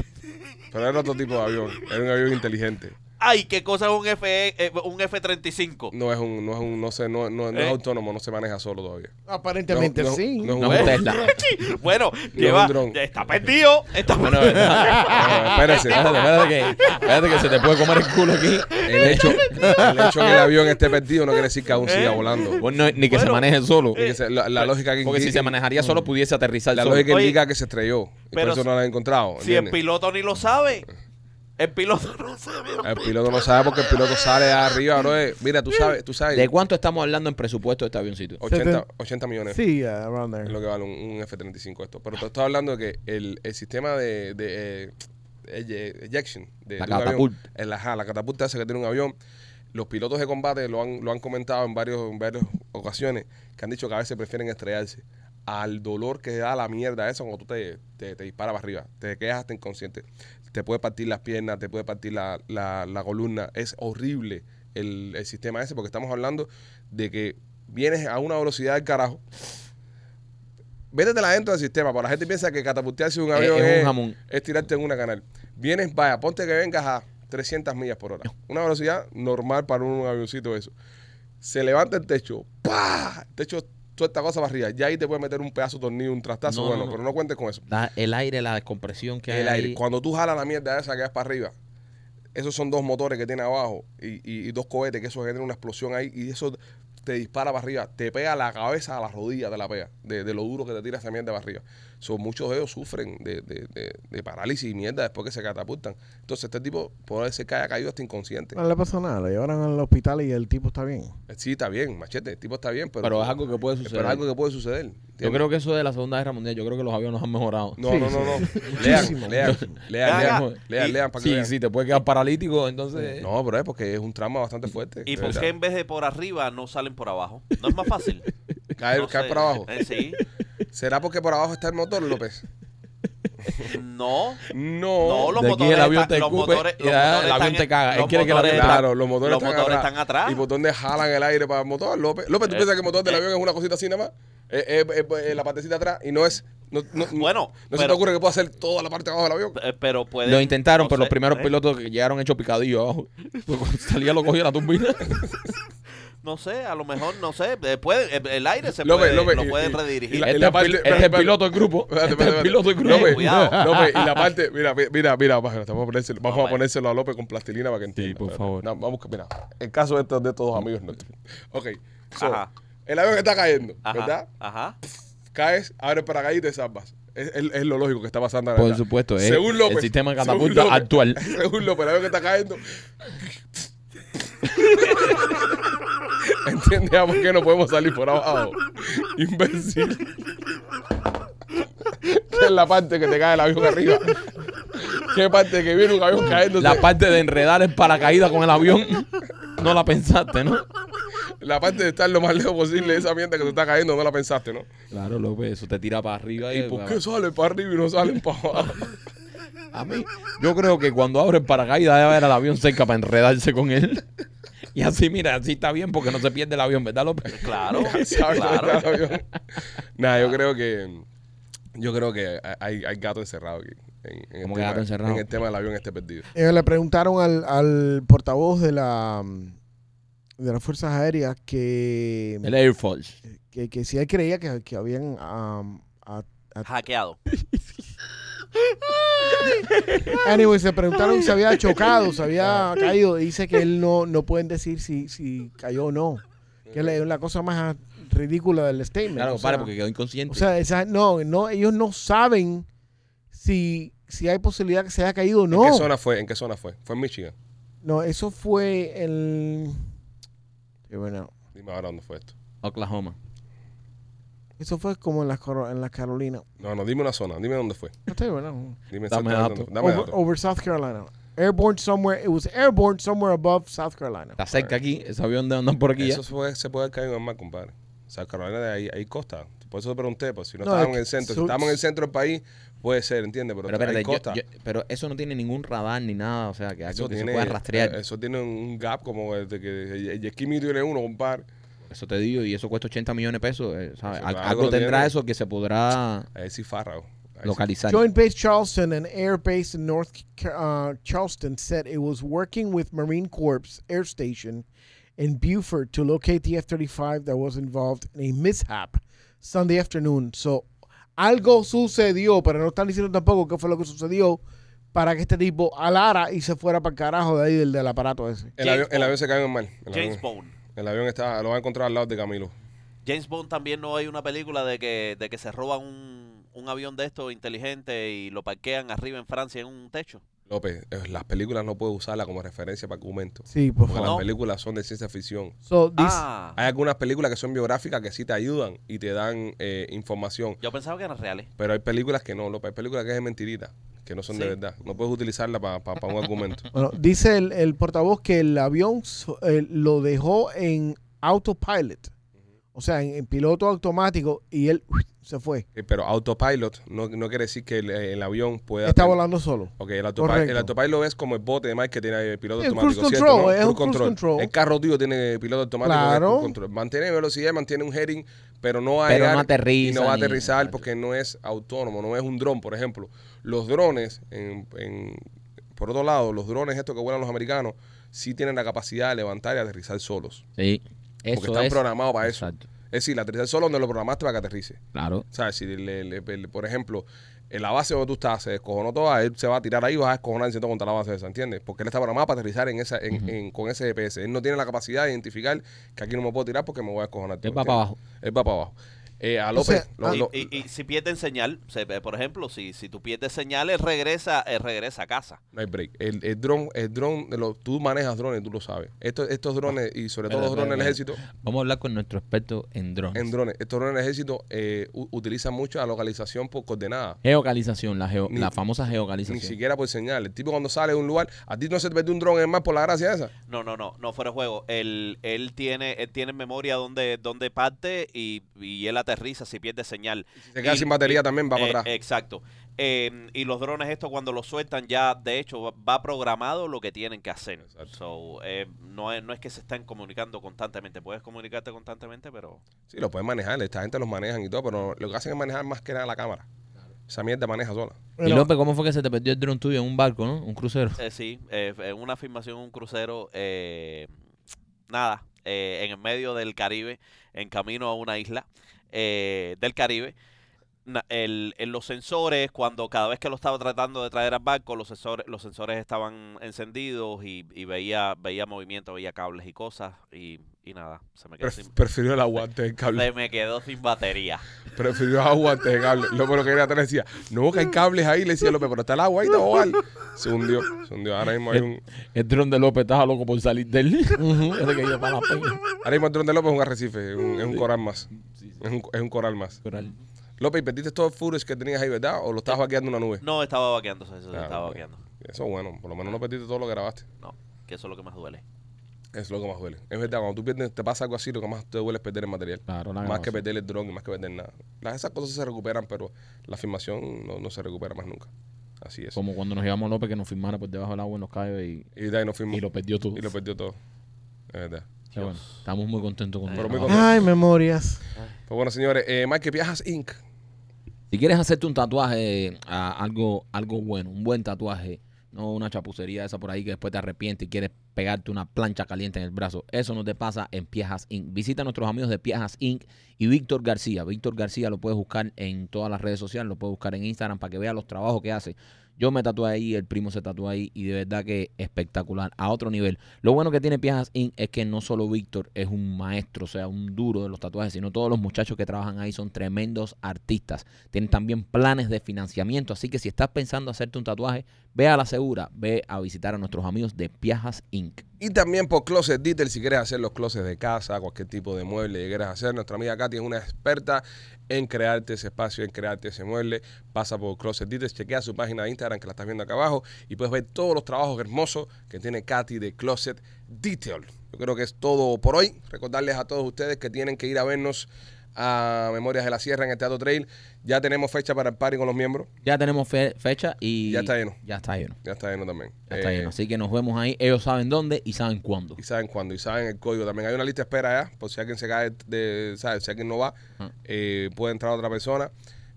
[SPEAKER 1] Pero era otro tipo de avión, era un avión inteligente.
[SPEAKER 4] Ay, qué cosa es un F, eh, un F-35.
[SPEAKER 1] No es un, no es un, no sé, no, no- no es
[SPEAKER 4] ¿Eh?
[SPEAKER 1] autónomo, no se maneja solo todavía.
[SPEAKER 3] Aparentemente
[SPEAKER 1] No, no,
[SPEAKER 3] sí.
[SPEAKER 1] no es un-
[SPEAKER 2] No es un Tesla.
[SPEAKER 4] bueno,
[SPEAKER 1] es
[SPEAKER 4] que
[SPEAKER 1] un
[SPEAKER 4] va,
[SPEAKER 1] dron.
[SPEAKER 4] está perdido, está
[SPEAKER 2] No, no, espérate,
[SPEAKER 1] Ah, espérese.
[SPEAKER 2] espérate que, espérate que se te puede comer el culo aquí.
[SPEAKER 1] El hecho, el hecho que el avión esté perdido no quiere decir que aún siga
[SPEAKER 4] ¿Eh?
[SPEAKER 1] volando.
[SPEAKER 2] Vos no- ni que se
[SPEAKER 4] Bueno,
[SPEAKER 2] maneje solo.
[SPEAKER 1] Porque se- la, la lógica que
[SPEAKER 2] Porque si se
[SPEAKER 1] indica,
[SPEAKER 2] manejaría solo, pudiese aterrizar
[SPEAKER 1] la
[SPEAKER 2] solo.
[SPEAKER 1] lógica
[SPEAKER 4] Oye,
[SPEAKER 1] indica que se estrelló. Y por
[SPEAKER 4] pero
[SPEAKER 1] eso no la han encontrado.
[SPEAKER 4] Si el
[SPEAKER 1] ¿entiendes?
[SPEAKER 4] piloto ni lo sabe, el piloto no sabe.
[SPEAKER 1] El piloto no sabe porque el piloto sale arriba, bro. eh, Mira, tú sabes, tú sabes.
[SPEAKER 2] ¿De cuánto estamos hablando en presupuesto de este avioncito?
[SPEAKER 1] 80, 80 millones
[SPEAKER 3] Sí, yeah, around there.
[SPEAKER 1] es lo que vale un, un F-35 esto. Pero te estoy hablando de que el, el sistema de, de, eh, ej- ejection de,
[SPEAKER 2] La
[SPEAKER 1] de un avión,
[SPEAKER 2] catapulta.
[SPEAKER 1] el- ajá, la catapulta esa que tiene un avión, los pilotos de combate lo han, lo han comentado en, varios, en varias ocasiones que han dicho que a veces prefieren estrellarse al dolor que da la mierda eso cuando tú te, te, te disparas para arriba, te quedas hasta inconsciente, te puede partir las piernas, te puede partir la, la- la columna, es horrible el, el sistema ese porque estamos hablando de que vienes a una velocidad del carajo, vétetela dentro del sistema, porque la gente piensa que catapultearse de un
[SPEAKER 2] Es-
[SPEAKER 1] avión
[SPEAKER 2] es
[SPEAKER 1] es,
[SPEAKER 2] un jamón.
[SPEAKER 1] es tirarte en una canal. Vienes, vaya, ponte que vengas a 300 millas por hora, una velocidad normal para un avioncito eso se levanta el techo, ¡pah! El techo, toda esta cosa para arriba. Ya ahí te puede meter un pedazo de tornillo, un trastazo,
[SPEAKER 2] No,
[SPEAKER 1] bueno,
[SPEAKER 2] no, no.
[SPEAKER 1] pero no cuentes con eso.
[SPEAKER 2] La- el aire, la descompresión que hay.
[SPEAKER 1] El aire.
[SPEAKER 2] ahí.
[SPEAKER 1] Cuando tú jalas la mierda esa que vas para arriba, esos son dos motores que tiene abajo y, y- y dos cohetes, que eso genera una explosión ahí y eso te dispara para arriba, te pega la cabeza a la rodilla, te la pega, de, de lo duro que te tira esa mierda para arriba. So, muchos de ellos sufren de, de- de- de parálisis y mierda después que se catapultan. Entonces este tipo puede ser que haya caído hasta inconsciente.
[SPEAKER 3] No le pasó nada. Lo llevaron al hospital y el tipo está bien.
[SPEAKER 1] Sí, está bien, machete, el tipo está bien, pero,
[SPEAKER 2] Pero es algo que puede suceder.
[SPEAKER 1] pero es algo que puede suceder.
[SPEAKER 2] Yo
[SPEAKER 1] ¿entiendes?
[SPEAKER 2] creo que eso de la Segunda Guerra Mundial, yo creo que los aviones han mejorado.
[SPEAKER 1] No,
[SPEAKER 3] Sí,
[SPEAKER 1] no,
[SPEAKER 3] sí.
[SPEAKER 1] no, no.
[SPEAKER 3] Muchísimo,
[SPEAKER 1] Lean, lean,
[SPEAKER 2] muchísimo.
[SPEAKER 1] lean, lean,
[SPEAKER 2] Gaga.
[SPEAKER 1] lean,
[SPEAKER 2] Y-
[SPEAKER 1] lean para que
[SPEAKER 2] sí,
[SPEAKER 1] vean.
[SPEAKER 2] sí, te puede quedar paralítico, entonces.
[SPEAKER 1] No, pero es porque es un trauma bastante fuerte.
[SPEAKER 4] ¿Y
[SPEAKER 1] de
[SPEAKER 4] por
[SPEAKER 1] verdad.
[SPEAKER 4] qué en vez de por arriba no salen por abajo? ¿No es más fácil?
[SPEAKER 1] Caer,
[SPEAKER 4] No
[SPEAKER 1] caer
[SPEAKER 4] sé.
[SPEAKER 1] por abajo.
[SPEAKER 4] Eh, sí.
[SPEAKER 1] ¿Será porque por abajo está el motor, López?
[SPEAKER 4] Pues No,
[SPEAKER 1] No.
[SPEAKER 4] no, los
[SPEAKER 2] De aquí
[SPEAKER 4] motores
[SPEAKER 2] el avión te
[SPEAKER 4] están- los
[SPEAKER 2] escupe
[SPEAKER 4] motores-
[SPEAKER 2] y
[SPEAKER 4] los
[SPEAKER 2] ya el
[SPEAKER 4] motores
[SPEAKER 2] avión
[SPEAKER 4] están
[SPEAKER 2] te caga.
[SPEAKER 4] en-
[SPEAKER 2] Él quiere que el
[SPEAKER 4] motores
[SPEAKER 2] avión-
[SPEAKER 4] están-
[SPEAKER 1] Claro, los motores,
[SPEAKER 4] los motores están atrás.
[SPEAKER 1] ¿Y
[SPEAKER 2] pues,
[SPEAKER 1] por dónde jalan el aire para el motor, López? López, ¿tú
[SPEAKER 4] Eh,
[SPEAKER 1] piensas que el motor del
[SPEAKER 4] eh.
[SPEAKER 1] avión es una cosita así nada más? Eh, Es pues, la partecita atrás y no es... No, no- no-
[SPEAKER 4] Bueno,
[SPEAKER 1] ¿No se te
[SPEAKER 4] pero-
[SPEAKER 1] ocurre que pueda hacer toda la parte de abajo del avión?
[SPEAKER 4] Eh, Pero pueden,
[SPEAKER 2] Lo intentaron,
[SPEAKER 4] no
[SPEAKER 2] pero los
[SPEAKER 4] sé,
[SPEAKER 2] primeros
[SPEAKER 4] eh,
[SPEAKER 2] pilotos que llegaron hechos picadillos abajo. Porque cuando salía lo cogía la turbina.
[SPEAKER 4] No sé, a lo mejor, no sé. eh, pueden- eh, el aire se
[SPEAKER 1] López,
[SPEAKER 4] puede,
[SPEAKER 1] López, y-
[SPEAKER 4] lo pueden
[SPEAKER 1] y- y
[SPEAKER 4] redirigir.
[SPEAKER 1] la-
[SPEAKER 2] Este,
[SPEAKER 1] la
[SPEAKER 2] es
[SPEAKER 1] parte-
[SPEAKER 2] pil-
[SPEAKER 1] espérate,
[SPEAKER 2] este es el
[SPEAKER 1] espérate.
[SPEAKER 2] piloto del grupo.
[SPEAKER 1] Espérate,
[SPEAKER 2] Este es el
[SPEAKER 1] espérate,
[SPEAKER 2] piloto del
[SPEAKER 1] espérate.
[SPEAKER 2] grupo.
[SPEAKER 1] López,
[SPEAKER 4] Cuidado.
[SPEAKER 1] López, y la parte, mira, mi- mira, mira, pájaro, te vamos a ponérselo, vamos
[SPEAKER 4] Vamos
[SPEAKER 1] a
[SPEAKER 4] a
[SPEAKER 1] ponérselo a López con plastilina para que entienda.
[SPEAKER 2] por
[SPEAKER 1] Espérate.
[SPEAKER 2] favor.
[SPEAKER 1] No, vamos, que- mira, el caso de estos, de estos dos amigos nuestros. Ok, so,
[SPEAKER 4] Ajá.
[SPEAKER 1] el avión está cayendo,
[SPEAKER 4] Ajá,
[SPEAKER 1] ¿verdad?
[SPEAKER 4] ajá.
[SPEAKER 1] Caes, abres para caer y te salvas. Es, es- es lo lógico que está pasando. la
[SPEAKER 2] Por
[SPEAKER 1] verdad.
[SPEAKER 2] supuesto, es
[SPEAKER 1] Según
[SPEAKER 2] el
[SPEAKER 1] López,
[SPEAKER 2] sistema de
[SPEAKER 1] según
[SPEAKER 2] catapulta
[SPEAKER 1] López,
[SPEAKER 2] actual.
[SPEAKER 1] Según López, el avión que está cayendo... ¿Entiendes a por qué no podemos salir por abajo? Imbécil. ¿Qué es la parte que te cae el avión arriba? ¿Qué parte que viene un avión cayéndose?
[SPEAKER 2] La parte de enredar el paracaídas con el avión. No la pensaste, ¿no?
[SPEAKER 1] La parte de estar lo más lejos posible de esa mierda que te está cayendo, no la pensaste, ¿no?
[SPEAKER 2] Claro, López, eso te tira para arriba.
[SPEAKER 1] ¿Y por qué sale para arriba y no salen para abajo?
[SPEAKER 2] A mí, yo creo que cuando abre el paracaídas debe haber el avión cerca para enredarse con él. Y así, mira, así está bien porque no se pierde el avión, ¿verdad, López?
[SPEAKER 4] Claro,
[SPEAKER 1] ¿Sabes dónde
[SPEAKER 4] claro.
[SPEAKER 1] está el avión? Nada, yo creo que Yo creo que hay, hay gato encerrado aquí. En, en el
[SPEAKER 2] ¿Cómo que
[SPEAKER 1] tema-
[SPEAKER 2] gato encerrado?
[SPEAKER 1] En el tema del avión este perdido.
[SPEAKER 3] Eh, le preguntaron al, al portavoz de la de las Fuerzas Aéreas que,
[SPEAKER 2] El Air Force.
[SPEAKER 3] que, que si él creía que, que habían um, a-
[SPEAKER 4] Hackeado.
[SPEAKER 3] Anyway, se preguntaron si había chocado, si había caído. Dice que él no, no pueden decir si, si cayó o no. Que es la- es la cosa más ridícula del statement.
[SPEAKER 2] Claro,
[SPEAKER 3] o sea,
[SPEAKER 2] compadre, porque quedó inconsciente.
[SPEAKER 3] o sea, esa- no, no, ellos no saben si, si hay posibilidad que se haya caído o no.
[SPEAKER 1] ¿En qué zona fue? ¿En qué zona fue? Fue en Michigan.
[SPEAKER 3] No, eso fue el... eh, bueno,
[SPEAKER 1] Dime ahora dónde fue esto.
[SPEAKER 2] Oklahoma.
[SPEAKER 3] eso fue como en las, Coro- en las Carolinas.
[SPEAKER 1] No, no, dime una zona. Dime dónde fue.
[SPEAKER 3] No estoy bueno.
[SPEAKER 1] Dime
[SPEAKER 2] Dame
[SPEAKER 1] exactamente
[SPEAKER 2] dato.
[SPEAKER 1] dónde fue. Dame
[SPEAKER 3] over,
[SPEAKER 1] dato.
[SPEAKER 3] over South Carolina. Airborne somewhere. It was airborne somewhere above South Carolina.
[SPEAKER 2] Está cerca aquí. Ese avión de andar por
[SPEAKER 3] ¿eh?
[SPEAKER 2] aquí. ya.
[SPEAKER 1] Eso se puede, se puede haber caído en el mar, compadre. O sea, Carolina de ahí, ahí costa. Por eso te pregunté, pues si no,
[SPEAKER 3] No,
[SPEAKER 1] estábamos en
[SPEAKER 3] es que
[SPEAKER 1] el centro, si
[SPEAKER 3] sur-
[SPEAKER 1] estábamos en el centro del país, puede ser, ¿entiendes? Pero,
[SPEAKER 2] Pero
[SPEAKER 1] hay
[SPEAKER 2] espérate, yo-
[SPEAKER 1] costa.
[SPEAKER 2] yo- pero eso no tiene ningún radar ni nada. O sea, que algo
[SPEAKER 1] eso
[SPEAKER 2] que
[SPEAKER 1] tiene,
[SPEAKER 2] se pueda rastrear.
[SPEAKER 1] eh, Eso tiene un gap como el de que el- el Yesquimi tiene uno, compadre.
[SPEAKER 2] Eso te digo, y eso cuesta 80 millones de pesos. eh, ¿sabes?
[SPEAKER 1] Eso,
[SPEAKER 2] Al-
[SPEAKER 1] claro,
[SPEAKER 2] algo
[SPEAKER 1] lo
[SPEAKER 2] tendrá
[SPEAKER 1] tiene.
[SPEAKER 2] eso que se podrá
[SPEAKER 1] Ahí sí fárrago. Ahí sí.
[SPEAKER 2] localizar.
[SPEAKER 3] Joint Base Charleston, an air base in North Ca- uh, Charleston, said it was working with Marine Corps Air Station in Beaufort to locate the F 35 that was involved in a mishap Sunday afternoon. So, algo sucedió, pero no están diciendo tampoco qué fue lo que sucedió para que este tipo alara y se fuera para el carajo de ahí del, del aparato ese.
[SPEAKER 1] El
[SPEAKER 4] James
[SPEAKER 1] avión, el
[SPEAKER 4] Bond.
[SPEAKER 1] avión se cayó en el mar. El
[SPEAKER 4] James
[SPEAKER 1] avión,
[SPEAKER 4] Bond.
[SPEAKER 1] el avión está, lo va a encontrar al lado de Camilo.
[SPEAKER 4] James Bond también no hay una película de que, de que se roban un, un avión de estos inteligente y lo parquean arriba en Francia en un techo.
[SPEAKER 1] López, eh, las películas no puedes usarlas como referencia para argumentos.
[SPEAKER 3] Sí, por
[SPEAKER 1] Porque
[SPEAKER 3] favor.
[SPEAKER 1] las
[SPEAKER 4] No.
[SPEAKER 1] películas son de ciencia ficción.
[SPEAKER 3] So, this,
[SPEAKER 4] Ah,
[SPEAKER 1] Hay algunas películas que son biográficas que sí te ayudan y te dan eh, información.
[SPEAKER 4] yo pensaba que eran reales.
[SPEAKER 1] Pero hay películas que no, López. Hay películas que es de mentirita, que no son de
[SPEAKER 4] Sí.
[SPEAKER 1] verdad. No puedes utilizarla para un argumento.
[SPEAKER 3] Bueno, dice el, el portavoz que el avión so- eh, lo dejó en autopilot, o sea, en, en piloto automático, y él uy, se fue.
[SPEAKER 1] Eh, Pero autopilot no, no quiere decir que el, el avión pueda...
[SPEAKER 3] Está volando solo.
[SPEAKER 1] Ok, el, autopi-
[SPEAKER 3] Correcto.
[SPEAKER 1] el autopilot es como el bote de Mike que tiene eh, piloto
[SPEAKER 3] Sí, el
[SPEAKER 1] automático.
[SPEAKER 3] cruise
[SPEAKER 1] ¿cierto,
[SPEAKER 3] control,
[SPEAKER 1] no?
[SPEAKER 3] es un
[SPEAKER 1] Cruise
[SPEAKER 3] cruise control.
[SPEAKER 1] El carro tío tiene piloto automático. que es
[SPEAKER 3] Claro.
[SPEAKER 1] cruise control. Mantiene velocidad, mantiene un heading, pero no va a
[SPEAKER 2] Pero
[SPEAKER 1] llegar
[SPEAKER 2] no aterriza
[SPEAKER 1] Y no va a
[SPEAKER 2] ni-
[SPEAKER 1] aterrizar porque no es autónomo, no es un dron, por ejemplo. Los drones, en- en- por otro lado, los drones estos que vuelan los americanos, sí tienen la capacidad de levantar y aterrizar solos.
[SPEAKER 2] Sí. Eso
[SPEAKER 1] Porque están
[SPEAKER 2] es.
[SPEAKER 1] programados para eso.
[SPEAKER 2] Exacto.
[SPEAKER 1] Es decir, aterrizar solo donde lo programaste para que aterrice.
[SPEAKER 2] Claro.
[SPEAKER 1] ¿Sabes? Si, le- le- le- por ejemplo, en la base donde tú estás se descojonó toda, él se va a tirar ahí y vas a descojonar siendo contra la base esa, ¿entiendes? Porque él está programado para aterrizar en esa, en, en- con ese GPS. Él no tiene la capacidad de identificar que aquí no me puedo tirar porque me voy a descojonar.
[SPEAKER 2] Él va para abajo.
[SPEAKER 1] Él va para abajo. Eh, a López,
[SPEAKER 3] sea,
[SPEAKER 1] lo-
[SPEAKER 3] ah,
[SPEAKER 4] Y,
[SPEAKER 1] lo-
[SPEAKER 4] y- y si pierden señal, se- eh, por ejemplo, si, si tú pierdes señal, él regresa, él regresa a casa.
[SPEAKER 1] no hay break. El, el dron, el dron, lo- tú manejas drones, tú lo sabes. Estos, estos drones, y sobre todo
[SPEAKER 2] Espera,
[SPEAKER 1] los drones del
[SPEAKER 2] espera,
[SPEAKER 1] ejército,
[SPEAKER 2] Vamos a hablar con nuestro experto en drones.
[SPEAKER 1] en drones, estos drones del ejército eh, u- utilizan mucho la localización por coordenada.
[SPEAKER 2] Geocalización, la, geo-
[SPEAKER 1] Ni-
[SPEAKER 2] la famosa
[SPEAKER 1] Ni
[SPEAKER 2] geocalización.
[SPEAKER 1] siquiera por señal. El tipo cuando sale de un lugar, a ti no se te perdió un dron en el mar por la gracia esa.
[SPEAKER 4] No, no, no, no fuera de juego. Él, él tiene, él tiene memoria donde, donde parte y, y él aterriza si pierde señal.
[SPEAKER 1] Si se queda
[SPEAKER 4] Y-
[SPEAKER 1] sin batería también va
[SPEAKER 4] Eh,
[SPEAKER 1] para atrás.
[SPEAKER 4] Exacto. Eh, y los drones estos cuando los sueltan ya, de hecho, va- va programado lo que tienen que hacer.
[SPEAKER 1] Exacto.
[SPEAKER 4] So, eh, no, es, no es que se están comunicando constantemente. Puedes comunicarte constantemente, pero...
[SPEAKER 1] Sí, lo pueden manejar. Esta gente los manejan y todo, pero lo que hacen es manejar más que nada la cámara. Esa mierda maneja sola.
[SPEAKER 2] y
[SPEAKER 3] Bueno,
[SPEAKER 2] López, ¿cómo fue que se te perdió el dron tuyo en un barco, no? Un crucero.
[SPEAKER 4] Eh, sí, eh, en una filmación, en un crucero, eh, nada, eh, en el medio del Caribe, en camino a una isla eh, del Caribe. na- el- en los sensores, cuando cada vez que lo estaba tratando de traer al barco, los sensores, los sensores estaban encendidos y, y veía, veía movimiento, veía cables y cosas, y, y nada, se me quedó sin,
[SPEAKER 1] prefirió el agua antes del cable.
[SPEAKER 4] se me quedó sin batería.
[SPEAKER 1] Prefirió agua antes del cable. López lo que era atrás decía, no, que hay cables ahí. Le decía López, pero está el agua ahí, te voy a ahogar". Se hundió, se hundió. Ahora mismo hay un...
[SPEAKER 2] El dron de López estaba loco por salir de él. Ese que iba para la peña.
[SPEAKER 1] Ahora mismo el dron de López es un arrecife, es un, es un coral más. Es un, es un coral más.
[SPEAKER 2] Coral.
[SPEAKER 1] López, ¿y ¿perdiste todo el footage que tenías ahí, verdad? ¿O lo estabas vaqueando en una nube?
[SPEAKER 4] No, estaba vaqueando, se- se
[SPEAKER 1] Ah,
[SPEAKER 4] estaba
[SPEAKER 1] ok.
[SPEAKER 4] vaqueando.
[SPEAKER 1] Eso bueno, por lo menos no perdiste todo lo que grabaste.
[SPEAKER 4] No, que eso es lo que más duele.
[SPEAKER 1] Es lo que más duele. Es verdad, cuando tú pierdes, te pasa algo así, lo que más te duele es perder el material.
[SPEAKER 2] Claro, la
[SPEAKER 1] más que
[SPEAKER 2] grabación.
[SPEAKER 1] perder el dron y más que perder nada. Las, esas cosas se recuperan, pero la filmación no, no se recupera más nunca. Así es.
[SPEAKER 2] Como cuando nos llevamos a López que nos firmara por debajo del agua en los callos y,
[SPEAKER 1] Y de ahí nos fuimos.
[SPEAKER 2] y lo perdió todo.
[SPEAKER 1] Y lo perdió todo. Es verdad.
[SPEAKER 2] Qué bueno, estamos muy contentos con
[SPEAKER 1] Pero
[SPEAKER 2] el
[SPEAKER 1] muy
[SPEAKER 2] trabajo.
[SPEAKER 1] contentos.
[SPEAKER 3] Ay, memorias.
[SPEAKER 1] Pues bueno, señores, eh, Mike Viajas Inc.
[SPEAKER 2] Si quieres hacerte un tatuaje, a- algo, algo bueno, un buen tatuaje, no una chapucería esa por ahí que después te arrepientes y quieres pegarte una plancha caliente en el brazo, eso no te pasa en Piejas Inc. Visita a nuestros amigos de Piejas Inc. y Víctor García. Víctor García lo puedes buscar en todas las redes sociales, lo puedes buscar en Instagram para que veas los trabajos que hace. Yo me tatué ahí, el primo se tatuó ahí y de verdad que espectacular, a otro nivel. Lo bueno que tiene Piajas Inc. es que no solo Víctor es un maestro, o sea, un duro de los tatuajes, sino todos los muchachos que trabajan ahí son tremendos artistas. Tienen también planes de financiamiento, así que si estás pensando hacerte un tatuaje, ve a la segura, ve a visitar a nuestros amigos de Piajas Inc.
[SPEAKER 1] Y también por Closet Detail, si quieres hacer los closets de casa, cualquier tipo de mueble que quieras hacer. Nuestra amiga Katy es una experta en crearte ese espacio, en crearte ese mueble. Pasa por Closet Detail, chequea su página de Instagram que la estás viendo acá abajo y puedes ver todos los trabajos hermosos que tiene Katy de Closet Detail. Yo creo que es todo por hoy. Recordarles a todos ustedes que tienen que ir a vernos a Memorias de la Sierra en el Teatro Trail. Ya tenemos fecha para el party con los miembros.
[SPEAKER 2] Ya tenemos fe- fecha y...
[SPEAKER 1] Ya está lleno.
[SPEAKER 2] Ya está lleno.
[SPEAKER 1] Ya está lleno también.
[SPEAKER 2] Ya está
[SPEAKER 1] Eh,
[SPEAKER 2] lleno. Así que nos vemos ahí. Ellos saben dónde y saben cuándo.
[SPEAKER 1] Y saben cuándo, y saben el código. También hay una lista de espera allá, por si alguien se cae, de, ¿sabes? si alguien no va,
[SPEAKER 2] Ajá.
[SPEAKER 1] eh, puede entrar otra persona.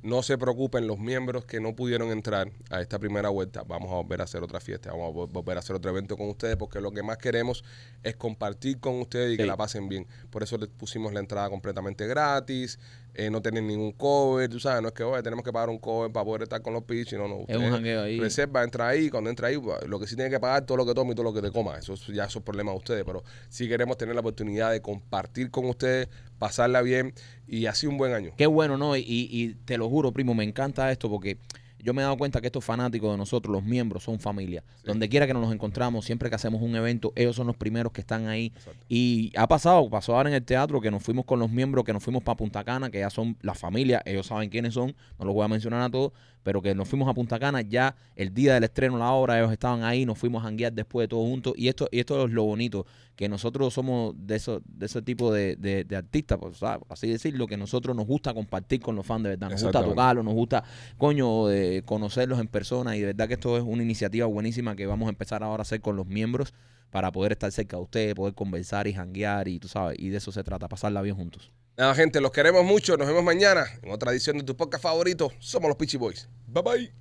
[SPEAKER 1] No se preocupen los miembros que no pudieron entrar a esta primera vuelta. Vamos a volver a hacer otra fiesta, vamos a vol- volver a hacer otro evento con ustedes, porque lo que más queremos es compartir con ustedes y que
[SPEAKER 2] Sí.
[SPEAKER 1] la pasen bien. Por eso les pusimos la entrada completamente gratis, eh, no tienen ningún cover, tú sabes, no es que "Oye, tenemos que pagar un cover para poder estar con los pitch, no, no.
[SPEAKER 2] Es un
[SPEAKER 1] ustedes-
[SPEAKER 2] jangueo ahí.
[SPEAKER 1] reserva, entra ahí, cuando entra ahí, lo que sí tiene que pagar todo lo que tome y todo lo que te coma. Eso es- ya esos problemas de ustedes, pero sí queremos tener la oportunidad de compartir con ustedes, pasarla bien y así un buen año.
[SPEAKER 2] Qué bueno, ¿no? Y, y- y te lo juro, primo, me encanta esto porque yo me he dado cuenta que estos fanáticos de nosotros, los miembros, son familia. Donde quiera que nos los encontramos, siempre que hacemos un evento, ellos son los primeros que están ahí.
[SPEAKER 1] Exacto.
[SPEAKER 2] Y ha pasado, pasó ahora en el teatro que nos fuimos con los miembros, que nos fuimos para Punta Cana, que ya son la familia, ellos saben quiénes son, no los voy a mencionar a todos, pero que nos fuimos a Punta Cana ya el día del estreno, la obra, ellos estaban ahí, nos fuimos a janguear después de todos juntos. Y esto, y esto es lo bonito, que nosotros somos de, eso, de ese tipo de, de- de artistas, pues, ¿sabes? así decirlo, que nosotros nos gusta compartir con los fans de verdad, nos gusta
[SPEAKER 1] Exactamente.
[SPEAKER 2] tocarlos, nos gusta, coño, de conocerlos en persona. Y de verdad que esto es una iniciativa buenísima que vamos a empezar ahora a hacer con los miembros para poder estar cerca de ustedes, poder conversar y janguear y tú sabes, y de eso se trata, pasarla bien juntos.
[SPEAKER 1] Nada, gente, los queremos mucho. Nos vemos mañana en otra edición de tu podcast favorito. Somos los Peachy Boys. Bye bye.